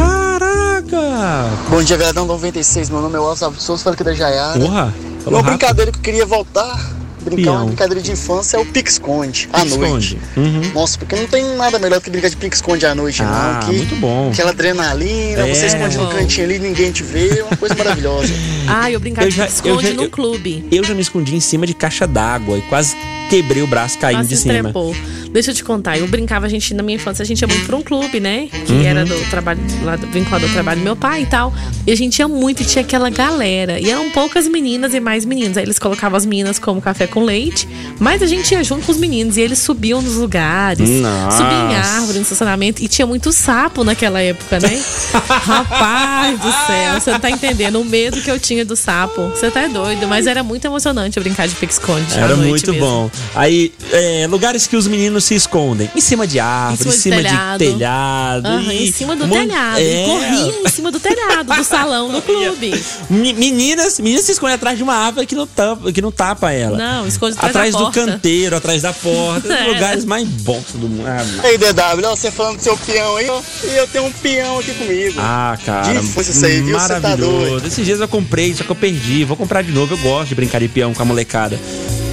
Speaker 4: Caraca!
Speaker 15: Bom dia, galera. 96, meu nome é Oswaldo de Souza, falo aqui da Jaiara.
Speaker 4: Porra!
Speaker 15: Uma
Speaker 4: falou rápido.
Speaker 15: brincadeira que eu queria voltar, brincar
Speaker 4: Pião.
Speaker 15: uma brincadeira de infância é o pique-esconde, à noite.
Speaker 4: Esconde. Uhum.
Speaker 15: Nossa, porque não tem nada melhor do que brincar de pique-esconde à noite,
Speaker 4: Ah,
Speaker 15: não. Que,
Speaker 4: muito bom.
Speaker 15: Aquela adrenalina,
Speaker 4: É.
Speaker 15: você esconde no cantinho ali, ninguém te vê, é uma coisa maravilhosa.
Speaker 5: Ah, eu brincava
Speaker 4: Eu já-
Speaker 5: de esconde
Speaker 4: eu já-
Speaker 5: num
Speaker 4: eu-
Speaker 5: clube.
Speaker 4: Eu já me escondi em cima de caixa d'água e quase quebrei o braço caindo
Speaker 5: Nossa,
Speaker 4: Tá de cima.
Speaker 5: estrepou. Deixa eu te contar, eu brincava, a gente, na minha infância, a gente ia muito pra um clube, né? Que
Speaker 4: Uhum.
Speaker 5: era do trabalho, lá do- vinculado ao trabalho do meu pai e tal. E a gente ia muito e tinha aquela galera. E eram poucas meninas e mais meninos. Aí eles colocavam as meninas como café com leite, mas a gente ia junto com os meninos. E eles subiam nos lugares,
Speaker 16: Nossa.
Speaker 5: subiam em árvore, no estacionamento. E tinha muito sapo naquela época, né? Rapaz do céu, você não tá entendendo o medo que eu tinha do sapo. Você tá doido, mas era muito emocionante eu brincar de pique-esconde. à
Speaker 4: Era
Speaker 5: noite
Speaker 4: muito
Speaker 5: mesmo.
Speaker 4: bom. Aí, é, lugares que os meninos se escondem. Em cima de árvore, em
Speaker 5: Em cima
Speaker 4: cima,
Speaker 5: de
Speaker 4: de telhado.
Speaker 5: Aham,
Speaker 4: e
Speaker 5: em cima do
Speaker 4: mon-
Speaker 5: telhado.
Speaker 4: É.
Speaker 5: E corria em cima do telhado, do salão, do clube.
Speaker 4: Me- Meninas, meninas se escondem atrás de uma árvore que não tapa, que não tapa ela.
Speaker 5: Não, esconde atrás
Speaker 4: Atrás
Speaker 5: da
Speaker 4: do
Speaker 5: porta.
Speaker 4: canteiro, atrás da porta.
Speaker 5: É.
Speaker 4: Os lugares mais bons do mundo. Ah,
Speaker 15: Ei, DW, ó, você falando do seu peão aí, ó, e eu tenho um peão aqui comigo.
Speaker 4: Ah, cara.
Speaker 15: Que força isso aí, viu? Você tá
Speaker 4: Maravilhoso.
Speaker 15: doido.
Speaker 4: Esses dias eu comprei, só que eu perdi. Vou comprar de novo. Eu gosto de brincar de peão com a molecada.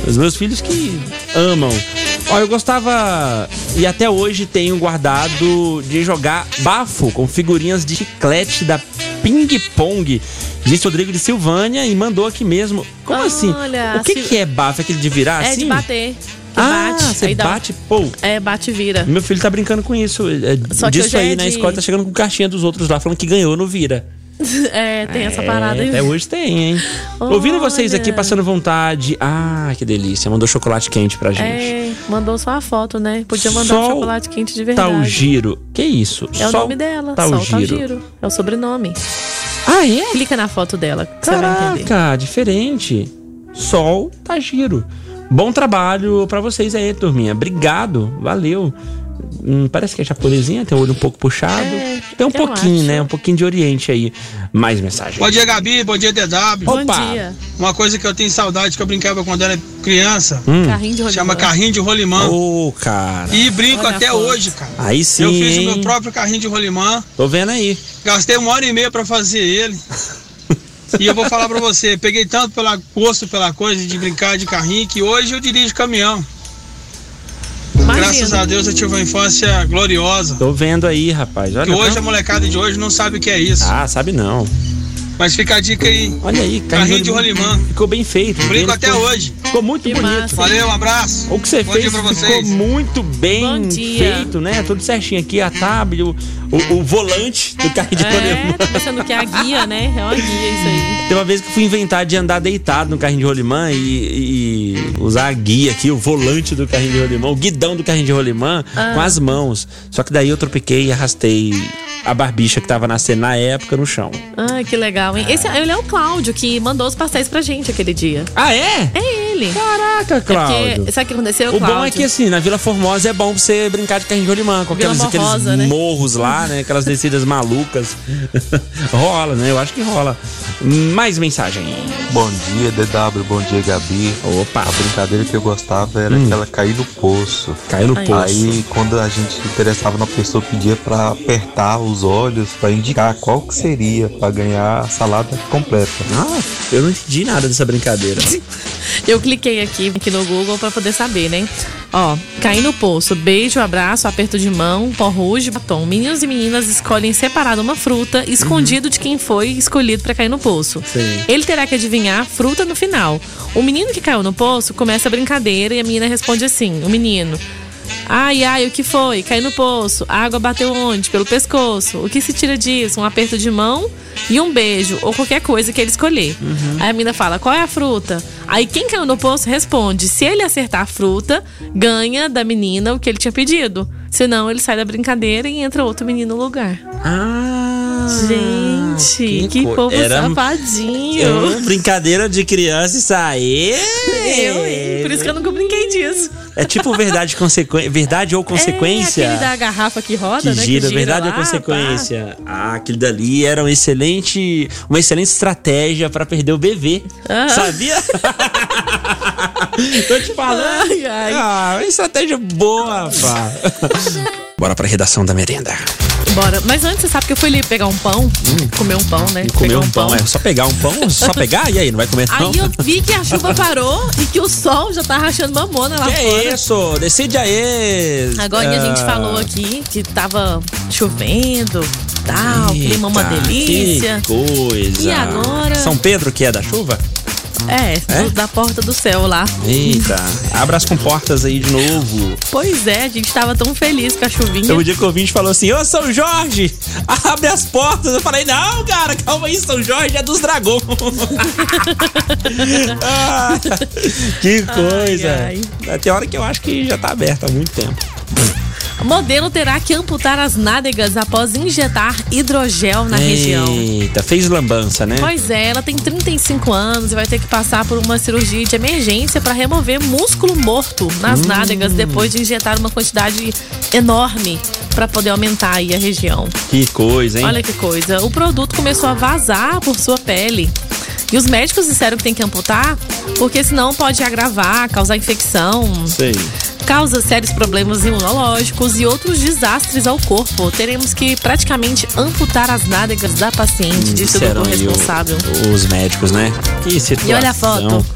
Speaker 4: Os meus filhos que amam. Ó, eu gostava e até hoje tenho guardado de jogar bafo com figurinhas de chiclete da Ping Pong. Disse Rodrigo de Silvânia e mandou aqui mesmo. Como assim?
Speaker 5: Ah, Olha,
Speaker 4: O que,
Speaker 5: se-
Speaker 4: que é bafo? É aquele de virar
Speaker 5: é
Speaker 4: assim?
Speaker 5: de bater. Que
Speaker 4: Ah,
Speaker 5: bate.
Speaker 4: você
Speaker 5: aí dá-
Speaker 4: bate, pô.
Speaker 5: É, bate e vira.
Speaker 4: Meu filho tá brincando com isso. É,
Speaker 5: Só que
Speaker 4: disso
Speaker 5: hoje é
Speaker 4: aí na
Speaker 5: de-
Speaker 4: escola tá chegando com caixinha dos outros lá falando que ganhou no Vira.
Speaker 5: É, tem essa
Speaker 4: É,
Speaker 5: parada aí.
Speaker 4: Até hoje tem, hein? Ouvindo vocês aqui, passando vontade. Ah, que delícia. Mandou chocolate quente pra gente.
Speaker 5: É, mandou só a foto, né? Podia mandar um
Speaker 4: Sol
Speaker 5: chocolate quente de
Speaker 4: Tá
Speaker 5: verdade.
Speaker 4: o giro. Que isso?
Speaker 5: É o
Speaker 4: Sol
Speaker 5: nome dela,
Speaker 4: Tá
Speaker 5: Sol
Speaker 4: o giro.
Speaker 5: É o sobrenome.
Speaker 4: Ah, é?
Speaker 5: Clica na foto dela que você vai entender.
Speaker 4: Caraca, diferente. Sol tá giro. Bom trabalho pra vocês aí, turminha. Obrigado, valeu. Hum, parece que é japonesinha, tem o olho um pouco puxado.
Speaker 5: É,
Speaker 4: tem um pouquinho, né? Um pouquinho de Oriente aí. Mais mensagem.
Speaker 17: Bom dia, Gabi. Bom dia, DW.
Speaker 4: Bom Opa. dia.
Speaker 17: Uma coisa que eu tenho saudade que eu brincava quando era criança.
Speaker 4: Hum. Carrinho de rolimã.
Speaker 17: Chama carrinho de rolimã.
Speaker 4: Ô, cara.
Speaker 17: E brinco
Speaker 4: Olha a
Speaker 17: até
Speaker 4: foto.
Speaker 17: hoje, cara.
Speaker 4: Aí sim,
Speaker 17: Eu fiz
Speaker 4: hein?
Speaker 17: o meu próprio carrinho de rolimã.
Speaker 4: Tô vendo aí.
Speaker 17: Gastei uma hora e meia pra fazer ele. e eu vou falar pra você, peguei tanto pela gosto pela coisa de brincar de carrinho que hoje eu dirijo caminhão. Graças a Deus eu tive uma infância gloriosa.
Speaker 4: Tô vendo aí, rapaz. Olha,
Speaker 17: Que hoje
Speaker 4: tá-
Speaker 17: a molecada de hoje não sabe o que é isso.
Speaker 4: Ah, sabe não.
Speaker 17: Mas fica a dica aí.
Speaker 4: Olha aí,
Speaker 17: carrinho de rolimã.
Speaker 4: Ficou bem feito.
Speaker 17: Brinco
Speaker 4: Ele
Speaker 17: até
Speaker 4: ficou-
Speaker 17: hoje.
Speaker 4: Ficou muito bonito.
Speaker 17: Valeu, um abraço.
Speaker 4: O que você
Speaker 17: Bom
Speaker 4: fez
Speaker 17: dia pra
Speaker 4: ficou
Speaker 17: vocês.
Speaker 4: muito bem
Speaker 5: dia.
Speaker 4: feito, né? Tudo certinho aqui, a tab, o, o, o volante do carrinho de rolimã.
Speaker 5: É, tô pensando que é a guia, né? É uma guia isso aí.
Speaker 4: Tem uma vez que eu fui inventar de andar deitado no carrinho de rolimã e, e usar a guia aqui, o volante do carrinho de rolimã, o guidão do carrinho de rolimã
Speaker 5: Ah.
Speaker 4: com as mãos. Só que daí eu tropiquei e arrastei a barbicha que tava nascendo na época no chão.
Speaker 5: Ai, Ah, que legal, hein? Esse ele é o Cláudio que mandou os pastéis pra gente aquele dia.
Speaker 4: Ah, é?
Speaker 5: É ele.
Speaker 4: Caraca,
Speaker 5: É
Speaker 4: Cláudio.
Speaker 5: porque, sabe o que aconteceu,
Speaker 4: O
Speaker 5: Cláudio?
Speaker 4: bom é que assim, na Vila Formosa é bom pra você brincar de carrinho de rolimã, com
Speaker 5: Vila
Speaker 4: aquelas, aqueles
Speaker 5: Morrosa, né?
Speaker 4: morros lá, né? Aquelas descidas malucas. rola, né? Eu acho que rola. Mais mensagem.
Speaker 18: Bom dia, DW, bom dia, Gabi.
Speaker 4: Opa!
Speaker 18: A brincadeira que eu gostava era
Speaker 7: Hum.
Speaker 18: aquela cair no poço.
Speaker 4: Cair no
Speaker 18: aí.
Speaker 4: poço.
Speaker 18: Aí, quando a gente interessava na pessoa, pedia pra apertar os olhos, pra indicar qual que seria, pra ganhar a salada completa.
Speaker 4: Ah, eu não entendi nada dessa brincadeira.
Speaker 5: Eu cliquei aqui, aqui no Google pra poder saber, né? Ó, cair no poço, beijo, abraço, aperto de mão, porruge, batom. Meninos e meninas escolhem separado uma fruta, escondido de quem foi escolhido pra cair no poço.
Speaker 19: Sim.
Speaker 5: Ele terá que adivinhar a fruta no final. O menino que caiu no poço começa a brincadeira e a menina responde assim: o menino. Ai, ai, o que foi? Caiu no poço. A água bateu onde? Pelo pescoço. O que se tira disso? Um aperto de mão e um beijo, ou qualquer coisa que ele escolher.
Speaker 4: Uhum.
Speaker 5: Aí a menina fala: qual é a fruta? Aí quem caiu no poço responde: se ele acertar a fruta, ganha da menina o que ele tinha pedido. Senão ele sai da brincadeira e entra outro menino no lugar.
Speaker 4: Ah!
Speaker 5: Gente, que,
Speaker 4: que co-
Speaker 5: povo
Speaker 4: era- É
Speaker 5: safadinho!
Speaker 4: uma brincadeira de criança isso aí.
Speaker 5: Eu, hein? Por isso
Speaker 4: né?
Speaker 5: que eu nunca brinquei disso.
Speaker 4: É tipo verdade, consequ... verdade ou consequência.
Speaker 5: É aquele da garrafa que roda,
Speaker 4: Que
Speaker 5: né?
Speaker 4: gira, verdade
Speaker 5: lá,
Speaker 4: ou consequência? Ah, aquilo dali era um excelente, uma excelente estratégia pra perder o bebê.
Speaker 5: Ah.
Speaker 4: Sabia? Tô te falando.
Speaker 5: Ai, ai.
Speaker 4: Ah, uma estratégia boa, pá. Bora pra redação da merenda.
Speaker 5: Bora. Mas antes, você sabe que eu fui ali pegar um pão, comer um pão, né?
Speaker 4: Hum. Comer
Speaker 5: Pegar
Speaker 4: um pão, é só pegar um pão, só pegar e aí não vai comer não.
Speaker 5: Aí eu vi que a chuva parou e que o sol já tá rachando mamona lá
Speaker 4: Que
Speaker 5: fora.
Speaker 4: é isso? Ah. Decide aí.
Speaker 5: Agora que a gente falou aqui que tava chovendo, tal, ah, clima é uma delícia.
Speaker 4: Que coisa.
Speaker 5: E agora?
Speaker 4: São Pedro que é da chuva?
Speaker 5: É, do- da porta do céu lá.
Speaker 4: Eita, abra as comportas aí de novo.
Speaker 5: Pois é, a gente tava tão feliz com a chuvinha.
Speaker 4: Teve um dia que o ouvinte falou assim: Ô, São Jorge, abre as portas. Eu falei: Não, cara, calma aí, São Jorge é dos dragões. Ah, que coisa.
Speaker 5: Ai,
Speaker 4: Tem hora que eu acho que já tá aberta há muito tempo.
Speaker 5: Modelo terá que amputar as nádegas após injetar hidrogel na região.
Speaker 4: Eita, fez lambança, né?
Speaker 5: Pois é, ela tem 35 anos e vai ter que passar por uma cirurgia de emergência para remover músculo morto nas
Speaker 4: Hum.
Speaker 5: nádegas depois de injetar uma quantidade enorme para poder aumentar aí a região.
Speaker 4: Que coisa, hein?
Speaker 5: Olha que coisa. O produto começou a vazar por sua pele. E os médicos disseram que tem que amputar, porque senão pode agravar, causar infecção,
Speaker 4: Sei.
Speaker 5: causa sérios problemas imunológicos e outros desastres ao corpo. Teremos que praticamente amputar as nádegas da paciente,
Speaker 4: Hum,
Speaker 5: disse o
Speaker 4: Disseram
Speaker 5: doutor
Speaker 4: aí o-
Speaker 5: responsável.
Speaker 4: os médicos, né? Que situação.
Speaker 5: E olha a foto.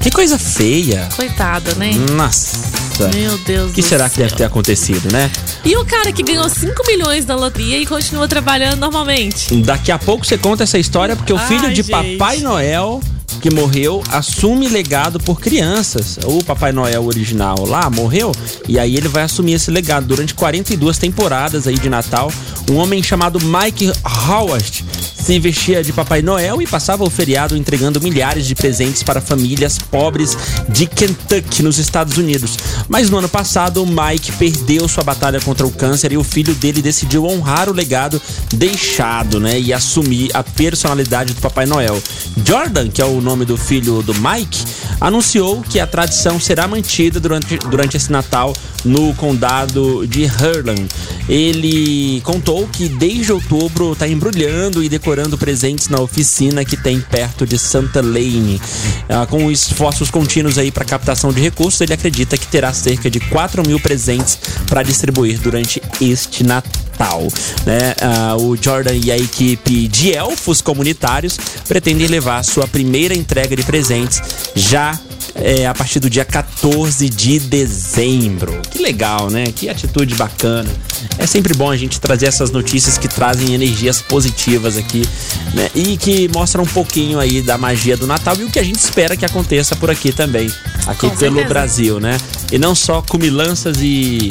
Speaker 4: Que coisa feia.
Speaker 5: Coitada, né?
Speaker 4: Nossa.
Speaker 5: Meu Deus
Speaker 4: O Hum, é. que
Speaker 5: do
Speaker 4: será que é? deve ter acontecido, né?
Speaker 5: E o cara que ganhou 5 milhões na loteria e continua trabalhando normalmente?
Speaker 4: Daqui a pouco você conta essa história, porque o
Speaker 5: Ai,
Speaker 4: filho de
Speaker 5: gente.
Speaker 4: Papai Noel que morreu assume legado por crianças. O Papai Noel original lá morreu e aí ele vai assumir esse legado durante 42 temporadas aí de Natal. Um homem chamado Mike Howard se vestia de Papai Noel e passava o feriado entregando milhares de presentes para famílias pobres de Kentucky, nos Estados Unidos. Mas no ano passado, o Mike perdeu sua batalha contra o câncer e o filho dele decidiu honrar o legado deixado, né? E assumir a personalidade do Papai Noel. Jordan, que é o nome do filho do Mike, anunciou que a tradição será mantida durante, durante esse Natal no condado de Harlan. Ele contou que desde outubro está embrulhando e decorando presentes na oficina que tem perto de Santa Lane. Ah, com esforços contínuos aí para captação de recursos, ele acredita que terá cerca de 4 mil presentes para distribuir durante este Natal. né? Ah, o Jordan e a equipe de elfos comunitários pretendem levar sua primeira entrega de presentes já é, a partir do dia 14 de dezembro. Que legal, né? Que atitude bacana. É sempre bom a gente trazer essas notícias que trazem energias positivas aqui, né? E que mostram um pouquinho aí da magia do Natal e o que a gente espera que aconteça por aqui também, aqui
Speaker 5: Com
Speaker 4: pelo
Speaker 5: certeza.
Speaker 4: Brasil, né? E não só comilanças e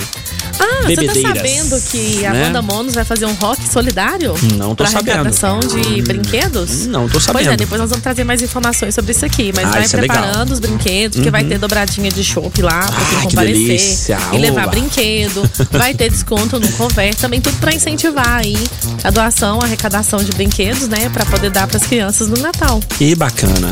Speaker 5: Ah, você tá
Speaker 4: bebedeiras.
Speaker 5: sabendo que a
Speaker 4: né?
Speaker 5: Amanda Monos vai fazer um rock solidário?
Speaker 4: Não tô
Speaker 5: pra
Speaker 4: sabendo. Hum,
Speaker 5: arrecadação de brinquedos?
Speaker 4: não tô
Speaker 5: Pois é,
Speaker 4: sabendo.
Speaker 5: depois nós vamos trazer mais informações sobre isso aqui. Mas
Speaker 4: Ah,
Speaker 5: vai
Speaker 4: isso é legal.
Speaker 5: preparando os brinquedos, porque vai
Speaker 4: Uhum.
Speaker 5: ter dobradinha de chopp lá pra quem
Speaker 4: Ah, que
Speaker 5: comparecer.
Speaker 4: delícia.
Speaker 5: E levar
Speaker 4: Oba.
Speaker 5: brinquedo. vai ter desconto no conversa. Também tudo pra incentivar aí a doação, a arrecadação de brinquedos, né? Pra poder dar pras crianças no Natal.
Speaker 4: Que bacana.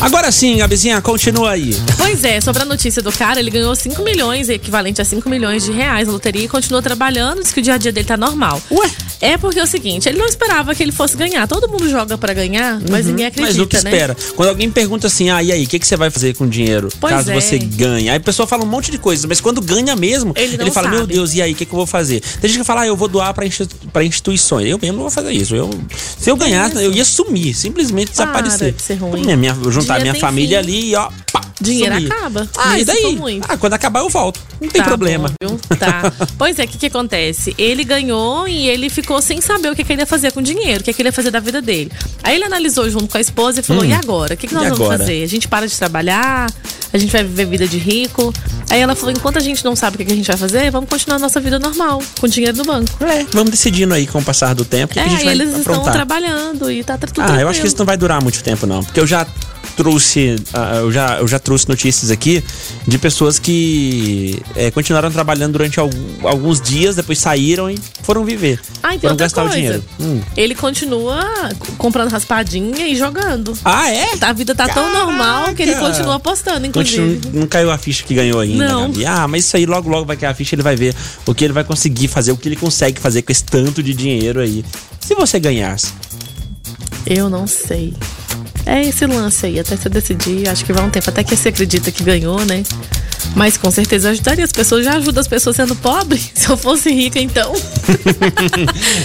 Speaker 4: Agora sim, Gabizinha, continua aí.
Speaker 5: Pois é, sobre a notícia do cara, ele ganhou 5 milhões, equivalente a 5 milhões de reais na loteria e continua trabalhando, diz que o dia a dia dele tá normal.
Speaker 4: Ué?
Speaker 5: É porque é o seguinte, ele não esperava que ele fosse ganhar. Todo mundo joga pra ganhar, mas
Speaker 4: Uhum.
Speaker 5: ninguém acredita,
Speaker 4: Mas o que
Speaker 5: né?
Speaker 4: espera? Quando alguém pergunta assim, ah, e aí, o que, que você vai fazer com o dinheiro?
Speaker 5: Pois
Speaker 4: caso
Speaker 5: é.
Speaker 4: você ganhe. Aí a pessoa fala um monte de coisa, mas quando ganha mesmo,
Speaker 5: Ele
Speaker 4: ele,
Speaker 5: não
Speaker 4: fala,
Speaker 5: sabe.
Speaker 4: meu Deus, e aí, o que, que eu vou fazer? Tem gente que fala, ah, eu vou doar pra, insti- pra instituições. Eu mesmo não vou fazer isso. Eu, se eu ganhar, eu ia sumir, simplesmente
Speaker 5: Para
Speaker 4: desaparecer.
Speaker 5: de ser ruim.
Speaker 4: Minha, minha- juntar
Speaker 5: Dinheiro
Speaker 4: minha
Speaker 5: tem
Speaker 4: família
Speaker 5: fim.
Speaker 4: ali e ó, pá,
Speaker 5: Dinheiro
Speaker 4: sumir.
Speaker 5: acaba.
Speaker 4: Ah, e
Speaker 5: Isso foi
Speaker 4: daí?
Speaker 5: muito.
Speaker 4: Ah, quando acabar eu volto. Não tem
Speaker 5: Tá
Speaker 4: problema.
Speaker 5: bom, viu? Tá. Pois é, o que, que acontece? Ele ganhou e ele ficou sem saber o que, que ele ia fazer com o dinheiro, o que, que ele ia fazer da vida dele. Aí ele analisou junto com a esposa e falou:
Speaker 16: Hum.
Speaker 5: e agora? O que, que nós
Speaker 16: E
Speaker 5: vamos
Speaker 16: agora?
Speaker 5: fazer? A gente para de trabalhar, a gente vai viver vida de rico. Aí ela falou: enquanto a gente não sabe o que, que a gente vai fazer, vamos continuar a nossa vida normal, com dinheiro no banco.
Speaker 4: É, Vamos decidindo aí com o passar do tempo. o que
Speaker 5: É,
Speaker 4: que a gente
Speaker 5: aí
Speaker 4: vai
Speaker 5: eles estão
Speaker 4: aprontar.
Speaker 5: trabalhando e tá
Speaker 4: Ah,
Speaker 5: tudo
Speaker 4: eu acho que
Speaker 5: tranquilo.
Speaker 4: isso não vai durar muito tempo, não. Porque eu já trouxe. ah, eu, já, eu já trouxe notícias aqui de pessoas que eh, continuaram trabalhando durante al- alguns dias, depois saíram e foram viver.
Speaker 5: Ah, e tem
Speaker 4: foram
Speaker 5: outra
Speaker 4: gastar o
Speaker 5: coisa.
Speaker 4: dinheiro. Hum.
Speaker 5: Ele continua c- comprando raspadinha e jogando.
Speaker 4: Ah, é?
Speaker 5: A vida tá tão normal que ele
Speaker 4: Caraca!
Speaker 5: continua apostando, inclusive.
Speaker 4: Continu- Então, não caiu a ficha que ganhou ainda,
Speaker 5: Não.
Speaker 4: Gabi. Ah, mas isso aí logo, logo vai cair a ficha, ele vai ver o que ele vai conseguir fazer, o que ele consegue fazer com esse tanto de dinheiro aí. Se você ganhasse.
Speaker 5: Eu não sei. É esse lance aí, até você decidir. Acho que vai um tempo, até que você acredita que ganhou, né? Mas com certeza eu ajudaria as pessoas. Já ajuda as pessoas sendo pobre. Se eu fosse rica, então.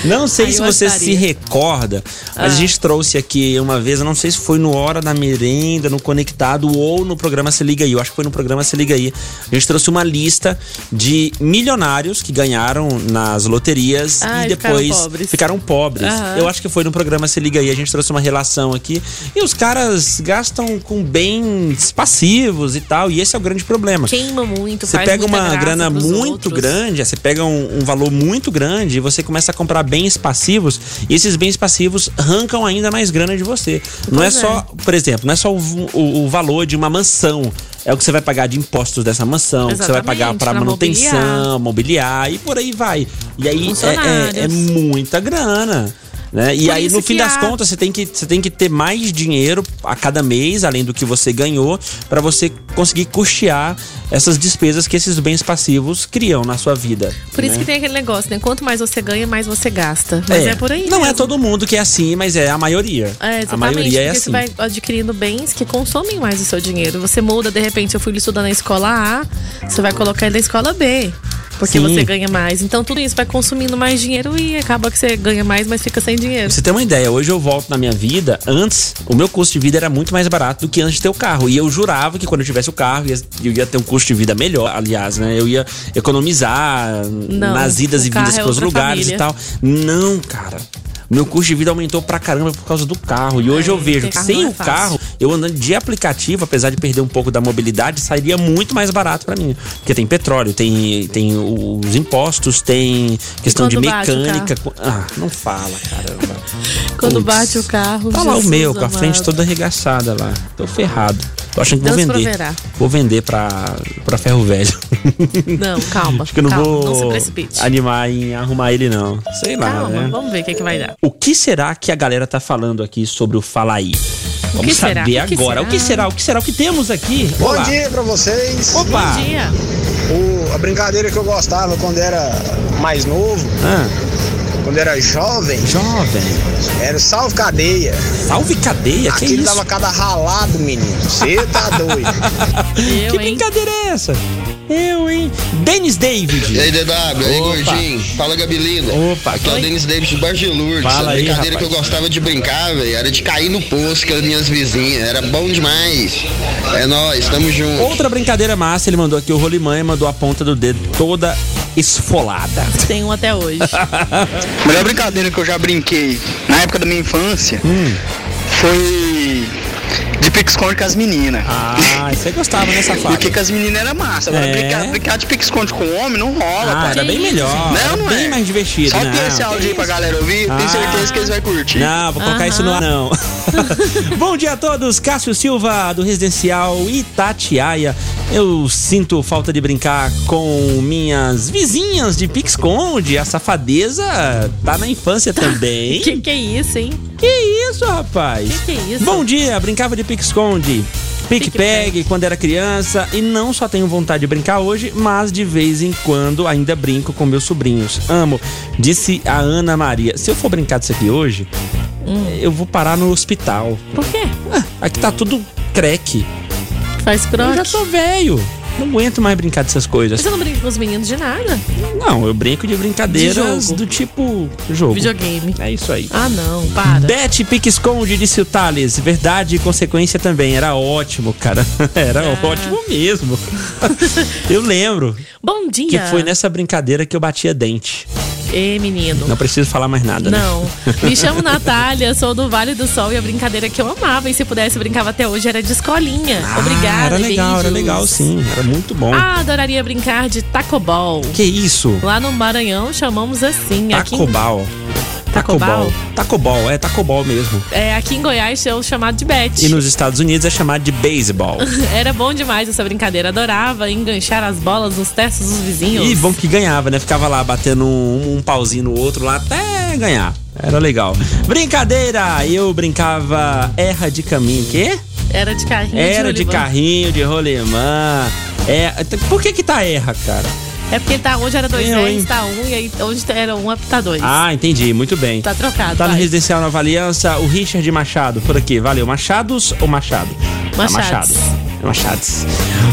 Speaker 4: não sei
Speaker 5: Aí
Speaker 4: se
Speaker 5: eu
Speaker 4: você
Speaker 5: acharia.
Speaker 4: se recorda, mas
Speaker 5: Ah.
Speaker 4: a gente trouxe aqui uma vez, eu não sei se foi no Hora da Merenda, no Conectado ou no programa Se Liga Aí. Eu acho que foi no programa Se Liga Aí. A gente trouxe uma lista de milionários que ganharam nas loterias
Speaker 5: Ah,
Speaker 4: e
Speaker 5: e
Speaker 4: depois
Speaker 5: ficaram
Speaker 4: ficaram pobres.
Speaker 5: pobres. Aham.
Speaker 4: Eu acho que foi no programa Se Liga Aí. A gente trouxe uma relação aqui e os caras gastam com bens passivos e tal. E esse é o grande problema.
Speaker 5: Queima muito,
Speaker 4: Você
Speaker 5: faz
Speaker 4: pega
Speaker 5: muita
Speaker 4: uma
Speaker 5: graça
Speaker 4: grana
Speaker 5: pros
Speaker 4: muito
Speaker 5: outros.
Speaker 4: grande, você pega um, um valor muito grande e você começa a comprar bens passivos e esses bens passivos arrancam ainda mais grana de você. não é,
Speaker 5: Pois é.
Speaker 4: só, por exemplo, não é só o, o- o valor de uma mansão. É o que você vai pagar de impostos dessa mansão, o que você vai pagar
Speaker 5: Exatamente,
Speaker 4: para
Speaker 5: pra
Speaker 4: manutenção, mobiliar. e por aí vai. E aí é- é, é
Speaker 5: Funcionários.
Speaker 4: muita grana. Né? E
Speaker 5: Por
Speaker 4: aí,
Speaker 5: isso
Speaker 4: no fim
Speaker 5: que
Speaker 4: das
Speaker 5: a-
Speaker 4: contas, você tem, que, você tem que ter mais dinheiro a cada mês, além do que você ganhou, para você conseguir custear essas despesas que esses bens passivos criam na sua vida.
Speaker 5: Por isso
Speaker 4: né?
Speaker 5: que tem aquele negócio, né? Quanto mais você ganha, mais você gasta. Mas é, por aí.
Speaker 4: Não
Speaker 5: mesmo.
Speaker 4: é todo mundo que é assim, mas é a maioria.
Speaker 5: É, exatamente,
Speaker 4: a maioria é
Speaker 5: porque
Speaker 4: assim.
Speaker 5: você vai adquirindo bens que consomem mais o seu dinheiro. Você muda, de repente, eu fui estudar na escola A, você vai colocar ele na escola B. Porque
Speaker 4: Sim.
Speaker 5: você ganha mais. Então tudo isso vai consumindo mais dinheiro e acaba que você ganha mais, mas fica sem dinheiro.
Speaker 4: Pra você ter uma ideia, hoje eu volto na minha vida. Antes, o meu custo de vida era muito mais barato do que antes de ter o carro. E eu jurava que quando eu tivesse o carro, ia- eu ia ter um custo de vida melhor. Aliás, né? Eu ia economizar
Speaker 5: Não,
Speaker 4: nas idas
Speaker 5: o
Speaker 4: e
Speaker 5: carro
Speaker 4: vindas
Speaker 5: é
Speaker 4: pelos
Speaker 5: outra
Speaker 4: lugares
Speaker 5: família.
Speaker 4: e tal. Não, cara. Meu custo de vida aumentou pra caramba por causa do carro. E hoje eu vejo
Speaker 5: ter
Speaker 4: que
Speaker 5: carro
Speaker 4: sem
Speaker 5: não é
Speaker 4: o
Speaker 5: fácil.
Speaker 4: carro, eu andando de aplicativo, apesar de perder um pouco da mobilidade, sairia muito mais barato pra mim. Porque tem petróleo, tem, tem os impostos, tem questão de
Speaker 5: quando bate o
Speaker 4: mecânica. Ah, não fala, caramba.
Speaker 5: Quando
Speaker 4: Putz.
Speaker 5: bate o carro.
Speaker 4: Tá lá o
Speaker 5: Jesus
Speaker 4: meu, com a
Speaker 5: amado.
Speaker 4: frente toda arregaçada lá. Tô ferrado. Tô achando que vou
Speaker 5: Deus
Speaker 4: vender.
Speaker 5: proverá.
Speaker 4: Vou vender pra, pra ferro velho.
Speaker 5: Não, calma.
Speaker 4: Acho que eu não
Speaker 5: calma,
Speaker 4: vou
Speaker 5: Não se precipite.
Speaker 4: animar em arrumar ele, não. Sei lá,
Speaker 5: calma,
Speaker 4: né?
Speaker 5: vamos ver o que, é que vai dar.
Speaker 4: O que será que a galera tá falando aqui sobre o Fala Aí? Vamos
Speaker 5: que será?
Speaker 4: saber
Speaker 5: O que
Speaker 4: agora.
Speaker 5: será?
Speaker 4: O que será? O que será? O que temos aqui?
Speaker 16: Bom
Speaker 4: Olá.
Speaker 16: dia pra vocês.
Speaker 4: Opa! Bom
Speaker 5: dia.
Speaker 16: a brincadeira que eu gostava quando era mais novo,
Speaker 4: Ah,
Speaker 16: quando era jovem,
Speaker 4: jovem.
Speaker 16: era o salve cadeia.
Speaker 4: Salve cadeia? Que
Speaker 16: Aquilo
Speaker 4: isso?
Speaker 16: dava cada ralado, menino. Você tá doido.
Speaker 4: que brincadeira é essa? Eu, hein? Denis David.
Speaker 19: E aí, DW, aí,
Speaker 4: Opa.
Speaker 19: gordinho. Fala, Gabilino.
Speaker 4: Opa,
Speaker 19: Aqui é o
Speaker 4: quem?
Speaker 19: Denis Davis de Bargelurdes.
Speaker 4: Fala
Speaker 19: a
Speaker 4: aí,
Speaker 19: brincadeira que
Speaker 4: rapaz.
Speaker 19: eu gostava de brincar, velho, era de cair no poço com as minhas vizinhas. Era bom demais. É nóis, tamo junto.
Speaker 4: Outra brincadeira massa, ele mandou aqui o Rolimanha, mandou a ponta do dedo toda esfolada.
Speaker 5: Tem um até hoje.
Speaker 4: Ah,
Speaker 20: melhor brincadeira que eu já brinquei na época da minha infância
Speaker 4: Hum.
Speaker 20: foi de pique-esconde com as meninas.
Speaker 4: Ah, você gostava, né, safado?
Speaker 20: Porque com as meninas era massa. Agora
Speaker 4: É.
Speaker 20: brincar, brincar de pique-esconde com homem não rola,
Speaker 4: Ah,
Speaker 20: pai.
Speaker 4: era bem melhor,
Speaker 20: Não,
Speaker 4: era
Speaker 20: não
Speaker 4: bem
Speaker 20: é.
Speaker 4: mais divertido, né?
Speaker 20: Só
Speaker 4: não,
Speaker 20: ter esse
Speaker 4: que
Speaker 20: áudio aí pra galera ouvir,
Speaker 4: Ah.
Speaker 20: tenho certeza que eles vão curtir.
Speaker 4: Não, vou colocar isso no ar, não. Bom dia a todos, Cássio Silva, do Residencial Itatiaia. Eu sinto falta de brincar com minhas vizinhas de Pixconde. A safadeza tá na infância também.
Speaker 5: Que que é isso, hein?
Speaker 4: Que isso, rapaz?
Speaker 5: Que que é isso?
Speaker 4: Bom dia, brincava de pique-esconde. Pique-pegue quando era criança e não só tenho vontade de brincar hoje, mas de vez em quando ainda brinco com meus sobrinhos. Amo, disse a Ana Maria. Se eu for brincar disso aqui hoje,
Speaker 5: Hum.
Speaker 4: eu vou parar no hospital.
Speaker 5: Por quê?
Speaker 4: Aqui tá tudo creque.
Speaker 5: Faz
Speaker 4: Eu
Speaker 5: croque.
Speaker 4: já tô velho. Não aguento mais brincar dessas coisas.
Speaker 5: Você não brinca com os meninos de nada?
Speaker 4: Não, eu brinco de brincadeiras
Speaker 5: De jogo.
Speaker 4: do tipo jogo.
Speaker 5: Videogame.
Speaker 4: É isso aí.
Speaker 5: Ah, não, para.
Speaker 4: Bete Pique Esconde, disse o Thales. Verdade e consequência também. Era ótimo, cara. Era
Speaker 5: Ah.
Speaker 4: ótimo mesmo. eu lembro
Speaker 5: Bom dia.
Speaker 4: que foi né? nessa brincadeira que eu batia dente.
Speaker 5: Ê, menino.
Speaker 4: Não preciso falar mais nada, né?
Speaker 5: Não. Me chamo Natália, sou do Vale do Sol e a brincadeira que eu amava e se pudesse brincava até hoje era de escolinha.
Speaker 4: Ah,
Speaker 5: Obrigada,
Speaker 4: era legal, era
Speaker 5: beijos.
Speaker 4: legal, sim. Era muito bom.
Speaker 5: Ah, adoraria brincar de tacobol.
Speaker 4: Que isso?
Speaker 5: Lá no Maranhão chamamos assim. Aqui em,
Speaker 4: Tacobal. Tacobal. Tacobal, é tacobal mesmo.
Speaker 5: é, aqui em Goiás é o chamado de bete.
Speaker 4: E nos Estados Unidos é chamado de beisebol.
Speaker 5: Era bom demais essa brincadeira, adorava enganchar as bolas nos testes dos vizinhos.
Speaker 4: E bom que ganhava, né? Ficava lá batendo um, um pauzinho no outro lá até ganhar. Era legal. Brincadeira! Eu brincava erra de caminho, quê?
Speaker 5: Era de carrinho.
Speaker 4: Era de
Speaker 5: rolimã.
Speaker 4: carrinho, de rolemã. É, por que que tá erra, cara?
Speaker 5: É porque tá, onde era dois
Speaker 4: Eu,
Speaker 5: reais,
Speaker 4: hein?
Speaker 5: tá um, e aí onde era um, tá dois.
Speaker 4: Ah, entendi, muito bem.
Speaker 5: Tá trocado.
Speaker 4: Tá no
Speaker 5: vai.
Speaker 4: Residencial Nova Aliança, o Richard Machado, por aqui. Valeu. Machados ou Machado? Ah,
Speaker 5: Machados.
Speaker 4: Machado. Machados.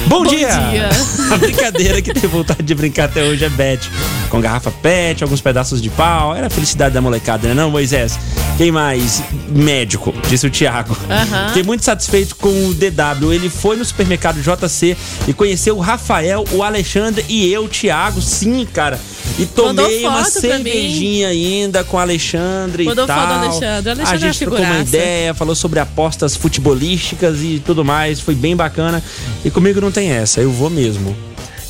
Speaker 4: Bom, dia!
Speaker 5: dia.
Speaker 4: A brincadeira que tem vontade de brincar até hoje é bet. Com garrafa pet, alguns pedaços de pau. Era a felicidade da molecada, né não, Moisés? Quem mais? Médico, disse o Thiago.
Speaker 5: Aham.
Speaker 4: Fiquei muito satisfeito com o DW. Ele foi no supermercado JC e conheceu o Rafael, o Alexandre e eu, o Thiago. Sim, cara. E
Speaker 5: Mandou
Speaker 4: tomei uma
Speaker 5: foto pra mim.
Speaker 4: cervejinha ainda com o Alexandre
Speaker 5: Mandou
Speaker 4: e tal.
Speaker 5: foto do Alexandre. O Alexandre é
Speaker 4: a
Speaker 5: uma
Speaker 4: gente trocou uma
Speaker 5: figuraça.
Speaker 4: ideia, falou sobre apostas futebolísticas e tudo mais. Foi bem bacana. E comigo não tem essa, eu vou mesmo.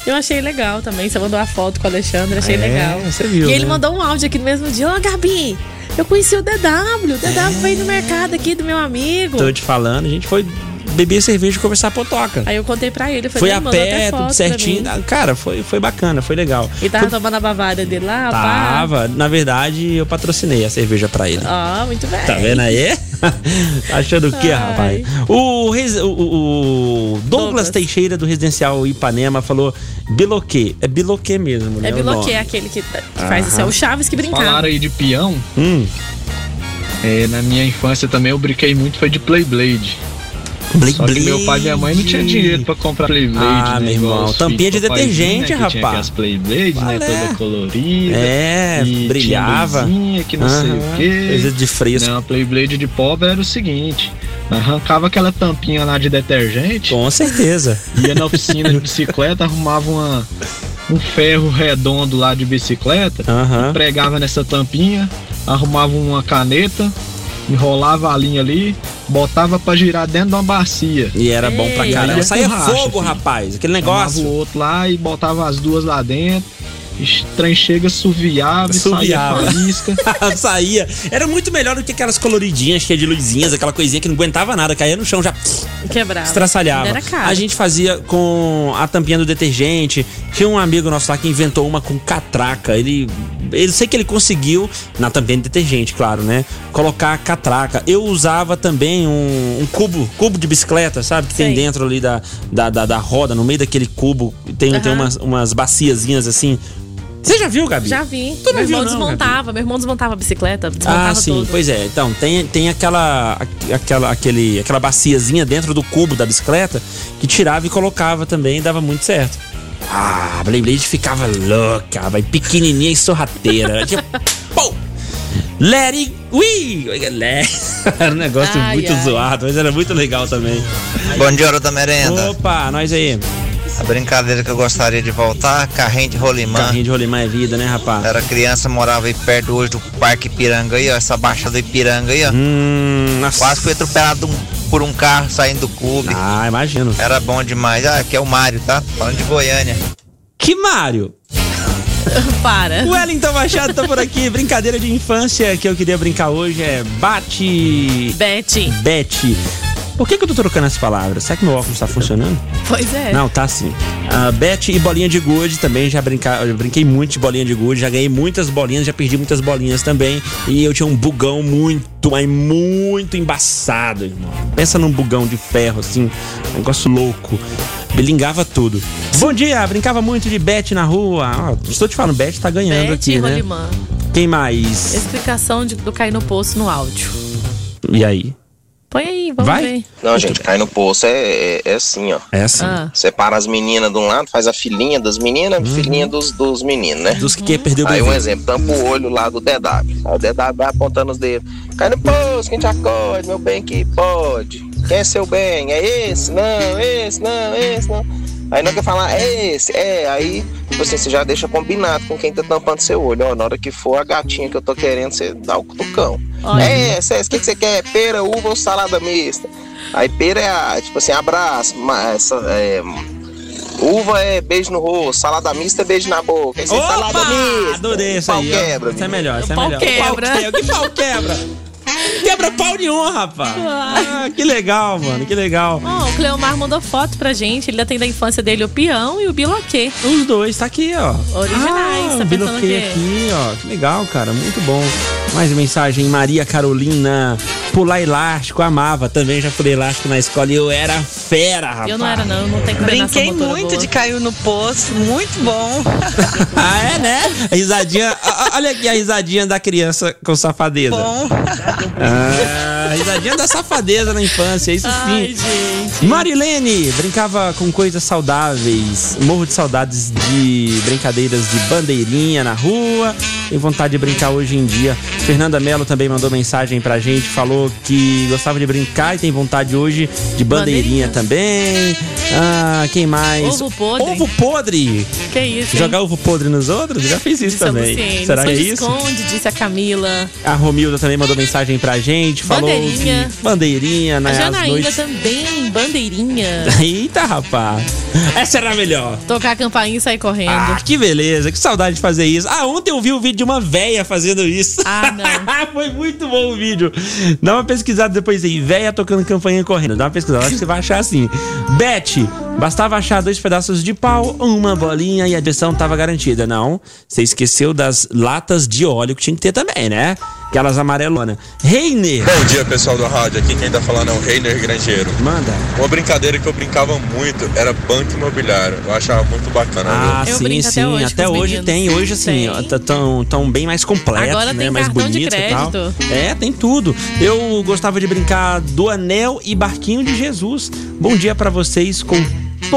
Speaker 5: Eu achei legal também. Você mandou a foto com o Alexandre, achei
Speaker 4: É,
Speaker 5: legal.
Speaker 4: você viu,
Speaker 5: E ele
Speaker 4: né?
Speaker 5: mandou um áudio aqui no mesmo dia. Ó, Gabi, eu conheci o DW. O DW veio no mercado aqui do meu amigo.
Speaker 4: É. Tô te falando, a gente foi beber cerveja e conversar potoca.
Speaker 5: Aí eu contei pra ele. eu
Speaker 4: Foi
Speaker 5: Falei,
Speaker 4: a
Speaker 5: "Ele mandou até
Speaker 4: pé,
Speaker 5: foto
Speaker 4: tudo
Speaker 5: pra
Speaker 4: certinho.
Speaker 5: mim."
Speaker 4: Ah, Cara, foi, foi bacana, foi legal.
Speaker 5: E tava tomando a bavada dele lá, pá.
Speaker 4: Tava, na verdade, eu patrocinei a cerveja pra ele.
Speaker 5: Ó, muito bem.
Speaker 4: Tá vendo aí? Achando o que, rapaz? O, res- o- o- o Douglas, Teixeira, do Residencial Ipanema, falou Biloquê. É Biloquê mesmo, né?
Speaker 5: É
Speaker 4: o
Speaker 5: Biloquê,
Speaker 4: nome.
Speaker 5: aquele que, tá- que faz
Speaker 4: Aham.
Speaker 5: isso. É o Chaves que brincava.
Speaker 6: Falaram aí de peão. É, na minha infância também eu brinquei muito, foi de Playblade.
Speaker 4: Blade,
Speaker 6: Só que meu pai e minha mãe não tinha dinheiro pra comprar Playblade.
Speaker 4: Ah,
Speaker 6: né,
Speaker 4: meu
Speaker 6: igual
Speaker 4: irmão,
Speaker 6: os
Speaker 4: tampinha
Speaker 6: filhos
Speaker 4: de
Speaker 6: do papaizinho,
Speaker 4: detergente,
Speaker 6: né, que tinha
Speaker 4: rapaz.
Speaker 6: aquelas Playblades, né?
Speaker 4: Qual é?
Speaker 6: Toda colorida.
Speaker 4: É,
Speaker 6: e tinha
Speaker 4: brilhava.
Speaker 6: luzinha, que não sei
Speaker 4: Aham,
Speaker 6: o quê.
Speaker 4: coisa de fresco.
Speaker 6: Não, a Playblade de pobre era o seguinte: arrancava aquela tampinha lá de detergente.
Speaker 4: Com certeza.
Speaker 6: Ia na oficina de bicicleta, arrumava uma- um ferro redondo lá de bicicleta, pregava nessa tampinha, arrumava uma caneta, enrolava a linha ali, botava pra girar dentro de uma bacia.
Speaker 4: E era bom pra
Speaker 6: Ei.
Speaker 4: caramba.
Speaker 6: Aí é
Speaker 4: Saía
Speaker 6: com racha,
Speaker 4: fogo,
Speaker 6: filho.
Speaker 4: rapaz. Aquele
Speaker 6: Arrumava
Speaker 4: negócio.
Speaker 6: o outro lá e botava as duas lá dentro. E O trem chega, suviava, suviava.
Speaker 4: Suviava.
Speaker 6: saía faísca.
Speaker 4: saía. Era muito melhor do que aquelas coloridinhas cheias de luzinhas, aquela coisinha que não aguentava nada, caía no chão já
Speaker 5: Quebrava.
Speaker 4: estraçalhava.
Speaker 5: Era caro.
Speaker 4: A gente fazia com a tampinha do detergente. Tinha um amigo nosso lá que inventou uma com catraca. Ele. Eu sei que ele conseguiu, na tampinha de detergente, claro, né? Colocar a catraca. Eu usava também um, um cubo, cubo de bicicleta, sabe? Que tem dentro ali da, da, da, da roda, no meio daquele cubo. Tem, tem
Speaker 5: Aham.
Speaker 4: umas, umas baciazinhas assim. Você já viu, Gabi?
Speaker 5: Já vi.
Speaker 4: Tu não
Speaker 5: meu irmão
Speaker 4: viu, não,
Speaker 5: desmontava, meu irmão desmontava a bicicleta, desmontava
Speaker 4: Ah, sim,
Speaker 5: tudo.
Speaker 4: pois é. Então, tem, tem aquela, aquela, aquele, aquela baciazinha dentro do cubo da bicicleta que tirava e colocava também e dava muito certo. Ah, a Beyblade ficava louca, vai pequenininha e sorrateira. Tinha- Pou! Let it... Ui! Let- Era um negócio
Speaker 21: Ai,
Speaker 4: muito
Speaker 21: ai.
Speaker 4: zoado, mas era muito legal também.
Speaker 21: Bom dia, hora da merenda.
Speaker 4: Opa, nós aí.
Speaker 21: A brincadeira que eu gostaria de voltar, carrinho de rolimã. Carrinho
Speaker 4: de rolimã é vida, né, rapaz?
Speaker 21: Era criança, morava aí perto hoje do Parque Ipiranga aí, ó, essa baixa do Ipiranga aí, ó.
Speaker 3: Uhum.
Speaker 4: Hum,
Speaker 21: Quase fui atropelado um- por um carro saindo do clube.
Speaker 4: Ah, imagino.
Speaker 21: Era bom demais. Ah, aqui é o Mário, tá? Falando de Goiânia.
Speaker 4: Que Mário?
Speaker 5: Para.
Speaker 4: O Wellington Machado tá por aqui. Brincadeira de infância que eu queria brincar hoje é bate.
Speaker 5: Bete.
Speaker 4: Bete. Por que, que eu tô trocando as palavras? Será que meu óculos tá funcionando?
Speaker 5: Pois é.
Speaker 4: Não, tá sim. Ah, bet e bolinha de gude também já brinca... eu brinquei muito de bolinha de gude, já ganhei muitas bolinhas, já perdi muitas bolinhas também. E eu tinha um bugão muito, mas muito embaçado, irmão. Pensa num bugão de ferro, assim, um negócio louco. Belingava tudo. Bom dia, brincava muito de bet na rua. Ó, estou te falando, bet tá ganhando
Speaker 5: Bete
Speaker 4: aqui,
Speaker 5: e
Speaker 4: né?
Speaker 5: rolimã.
Speaker 4: Quem mais?
Speaker 5: Explicação de, do cair no poço no áudio.
Speaker 4: E aí?
Speaker 5: Põe aí, vamos
Speaker 4: Vai?
Speaker 5: ver.
Speaker 22: Não, gente, cair no poço é, é, é assim, ó.
Speaker 4: É assim.
Speaker 5: Ah.
Speaker 22: Separa as meninas de um lado, faz a filhinha das meninas, filhinha dos, dos meninos,
Speaker 5: Ah.
Speaker 22: né?
Speaker 4: Dos que quer perder o
Speaker 22: Aí um
Speaker 4: bebê.
Speaker 22: exemplo, tampa o olho lá do DW. Aí o DW vai apontando os dedos. Cai no poço, quem te acorde, meu bem que pode. Quem é seu bem? É esse? Não, esse, não, esse, não. Aí não quer falar, é esse, é. Aí tipo assim, você já deixa combinado com quem tá tampando seu olho. Ó, na hora que for a gatinha que eu tô querendo, você dá o cutucão.
Speaker 5: Olha.
Speaker 22: É essa, é essa. O que que você quer? Pera, uva ou salada mista? Aí pera é, a- tipo assim, abraço, ma- essa, é, Uva é beijo no rosto, salada mista é beijo na boca. Esse é
Speaker 4: Opa!
Speaker 22: salada mista. um
Speaker 4: Adorei essa
Speaker 22: pau
Speaker 4: aí, ó.
Speaker 22: quebra.
Speaker 4: Essa é
Speaker 5: Um
Speaker 4: melhor, essa é
Speaker 22: pau
Speaker 4: melhor.
Speaker 22: quebra.
Speaker 4: Pau que pau quebra. Quebra pau nenhum, rapaz. Ah, que legal, mano, que legal.
Speaker 5: Ó, o Cleomar mandou foto pra gente. Ele tem da infância dele o peão e o biloquê.
Speaker 4: Os dois, tá aqui, ó. Ah,
Speaker 5: Originais, tá pensando
Speaker 4: Biloquei
Speaker 5: que...
Speaker 4: aqui, ó. Que legal, cara. Muito bom. Mais mensagem, Maria Carolina. Pular elástico, amava. Também já pulei elástico na escola e eu era fera, rapaz.
Speaker 5: Eu não era, não, eu não tenho coordenação
Speaker 23: Brinquei
Speaker 5: motora
Speaker 23: muito
Speaker 5: boa.
Speaker 23: de caiu no poço, muito bom.
Speaker 4: Ah, é, né? A risadinha. a- a- olha aqui a risadinha da criança com safadeza.
Speaker 23: Bom.
Speaker 4: Ah, a risadinha da safadeza na infância, isso
Speaker 5: Ai,
Speaker 4: sim.
Speaker 5: gente.
Speaker 4: Marilene brincava com coisas saudáveis. Morro de saudades de brincadeiras de bandeirinha na rua. Tem vontade de brincar hoje em dia. Fernanda Mello também mandou mensagem pra gente, falou que gostava de brincar e tem vontade hoje de bandeirinha, também. Ah, quem mais?
Speaker 5: Ovo podre.
Speaker 4: Ovo podre.
Speaker 5: Que isso, hein?
Speaker 4: Jogar ovo podre nos outros? Já fiz isso também.
Speaker 5: Luciene,
Speaker 4: Será que é
Speaker 5: sou de
Speaker 4: isso?
Speaker 5: Esconde, disse a Camila.
Speaker 4: A Romilda também mandou mensagem pra gente, falou
Speaker 5: Bandeirinha.
Speaker 4: que bandeirinha
Speaker 5: a
Speaker 4: nas
Speaker 5: Janaína
Speaker 4: noites.
Speaker 5: também, bandeirinha.
Speaker 4: Eita, rapaz. Essa era a melhor.
Speaker 5: Tocar a campainha e sair correndo.
Speaker 4: Ah, que beleza, que saudade de fazer isso. Ah, ontem eu vi o vídeo de uma véia fazendo isso.
Speaker 5: Ah, não.
Speaker 4: Foi muito bom o vídeo. Dá uma pesquisada depois aí, véia tocando campainha e correndo. Dá uma pesquisada, acho que você vai achar assim. Beth, bastava achar dois pedaços de pau, uma bolinha e a adição tava garantida. Não, você esqueceu das latas de óleo que tinha que ter também, né? Aquelas amarelonas. Reiner.
Speaker 1: Bom dia pessoal do rádio, aqui quem tá falando é o Reiner Grangeiro.
Speaker 4: Manda.
Speaker 1: Uma brincadeira que eu brincava muito era banco imobiliário. Eu achava muito bacana.
Speaker 4: Ah,
Speaker 1: viu?
Speaker 4: sim, sim. Até hoje, tem. Hoje, assim, ó, tá tão, tão bem mais completo,
Speaker 5: Agora
Speaker 4: né?
Speaker 5: tem
Speaker 4: mais
Speaker 5: cartão de
Speaker 4: bonito e tal.
Speaker 5: crédito.
Speaker 4: É, tem tudo. Eu gostava de brincar do anel e barquinho de Jesus. Bom dia pra vocês com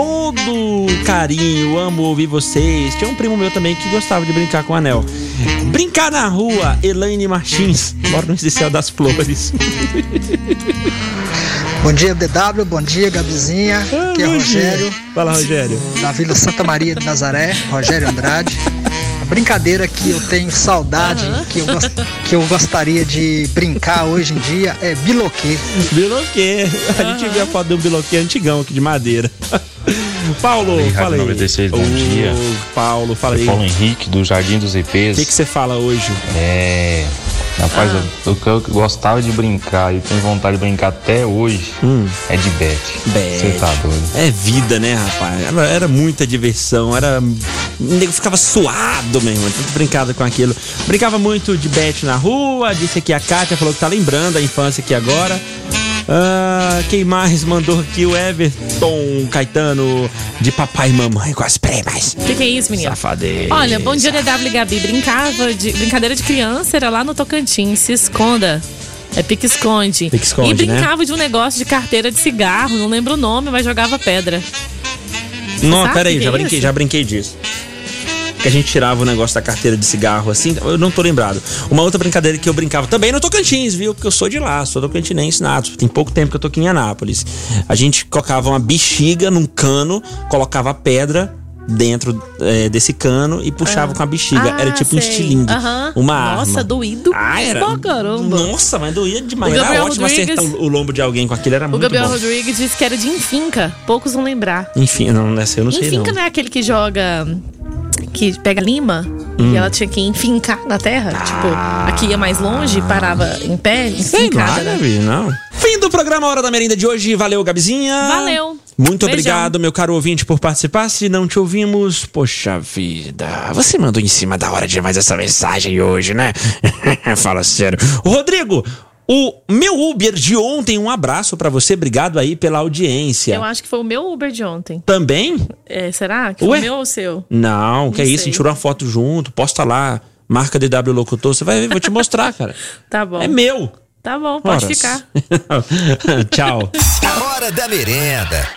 Speaker 4: todo carinho. Amo ouvir vocês. Tinha um primo meu também que gostava de brincar com anel. Brincar na rua, Elaine Martins. Moro no Céu das Flores.
Speaker 2: Bom dia, DW. Bom dia, Gabizinha. Aqui é
Speaker 4: bom
Speaker 2: Rogério.
Speaker 4: Fala, Rogério.
Speaker 2: Da Vila Santa Maria de Nazaré, Rogério Andrade. A brincadeira que eu tenho saudade, que, eu gos- que eu gostaria de brincar hoje em dia, é biloquê.
Speaker 4: Biloquê. A gente viu a foto do Biloquê antigão aqui de madeira. Paulo,
Speaker 3: Aí, Rádio
Speaker 4: fala aí.
Speaker 3: 96, bom
Speaker 4: Ô,
Speaker 3: dia.
Speaker 4: Paulo, fala aí.
Speaker 3: Paulo Henrique, do Jardim dos
Speaker 4: O
Speaker 3: IPs.
Speaker 4: que que você fala hoje?
Speaker 3: É. Rapaz,
Speaker 4: Ah.
Speaker 3: eu- o que eu gostava de brincar e tenho vontade de brincar até hoje
Speaker 18: Hum.
Speaker 3: é de bet. Você tá doido.
Speaker 4: É vida, né, rapaz? Era, era muita diversão, era. O nego ficava suado mesmo, tanto brincado com aquilo. Brincava muito de bet na rua, disse aqui a Kátia, falou que tá lembrando a infância aqui agora. Ah, quem mais mandou aqui? O Everton Caetano, de papai e mamãe com as primas.
Speaker 5: O que, que é isso, menina?
Speaker 4: Safadeza.
Speaker 5: Olha, bom dia, DW e Gabi. Brincava de. Brincadeira de criança era lá no Tocantins. Se esconda. É pique-esconde.
Speaker 4: Pique-esconde,
Speaker 5: E
Speaker 4: né?
Speaker 5: brincava de um negócio de carteira de cigarro, não lembro o nome, mas jogava pedra.
Speaker 4: Não,
Speaker 5: Sabe
Speaker 4: peraí,
Speaker 5: que
Speaker 4: já
Speaker 5: é
Speaker 4: brinquei,
Speaker 5: isso?
Speaker 4: já brinquei disso. Que a gente tirava o negócio da carteira de cigarro, assim, eu não tô lembrado. Uma outra brincadeira que eu brincava também no Tocantins, viu? Porque eu sou de lá, sou tocantinense nato. Tem pouco tempo que eu tô aqui em Anápolis. A gente colocava uma bexiga num cano, colocava pedra dentro é, desse cano e puxava com a bexiga. Era tipo um
Speaker 5: Ah. sei.
Speaker 4: estilingue,
Speaker 5: Aham.
Speaker 4: uma arma.
Speaker 5: Nossa, doído.
Speaker 4: Ah, era-
Speaker 5: Pra caramba.
Speaker 4: Nossa, mas doía demais.
Speaker 5: O
Speaker 4: Era
Speaker 5: Gabriel
Speaker 4: ótimo
Speaker 5: Rodrigues-
Speaker 4: acertar o lombo de alguém com aquilo, era
Speaker 5: O
Speaker 4: muito
Speaker 5: Gabriel
Speaker 4: bom.
Speaker 5: Rodrigues disse que era de enfinca. Poucos vão lembrar.
Speaker 4: Enfim, não, essa eu não sei não.
Speaker 5: enfinca não é aquele que joga. que pega lima
Speaker 4: Hum.
Speaker 5: e ela tinha que enfincar na terra. Tipo, aqui ia mais longe, parava em pé,
Speaker 4: Sei lá,
Speaker 5: enfincada. né?
Speaker 4: Gabi, não. Fim do programa Hora da Merenda de hoje. Valeu, Gabizinha.
Speaker 5: Valeu.
Speaker 4: Muito
Speaker 5: Beijão.
Speaker 4: obrigado, meu caro ouvinte, por participar. Se não te ouvimos, poxa vida. Você mandou em cima da hora demais essa mensagem hoje, né? Fala sério. Rodrigo, o meu Uber de ontem, um abraço pra você. Obrigado aí pela audiência.
Speaker 5: Eu acho que foi o meu Uber de ontem.
Speaker 4: Também?
Speaker 5: É, será? Que foi
Speaker 4: Ué?
Speaker 5: o meu ou o seu?
Speaker 4: Não, que é
Speaker 5: Não
Speaker 4: isso. A
Speaker 5: sei.
Speaker 4: gente tirou uma foto junto, posta lá. Marca DW Locutor, você vai ver, vou te mostrar, cara.
Speaker 5: Tá bom.
Speaker 4: É meu.
Speaker 5: Tá bom, pode
Speaker 4: Horas.
Speaker 5: ficar.
Speaker 4: Tchau.
Speaker 24: A hora da merenda.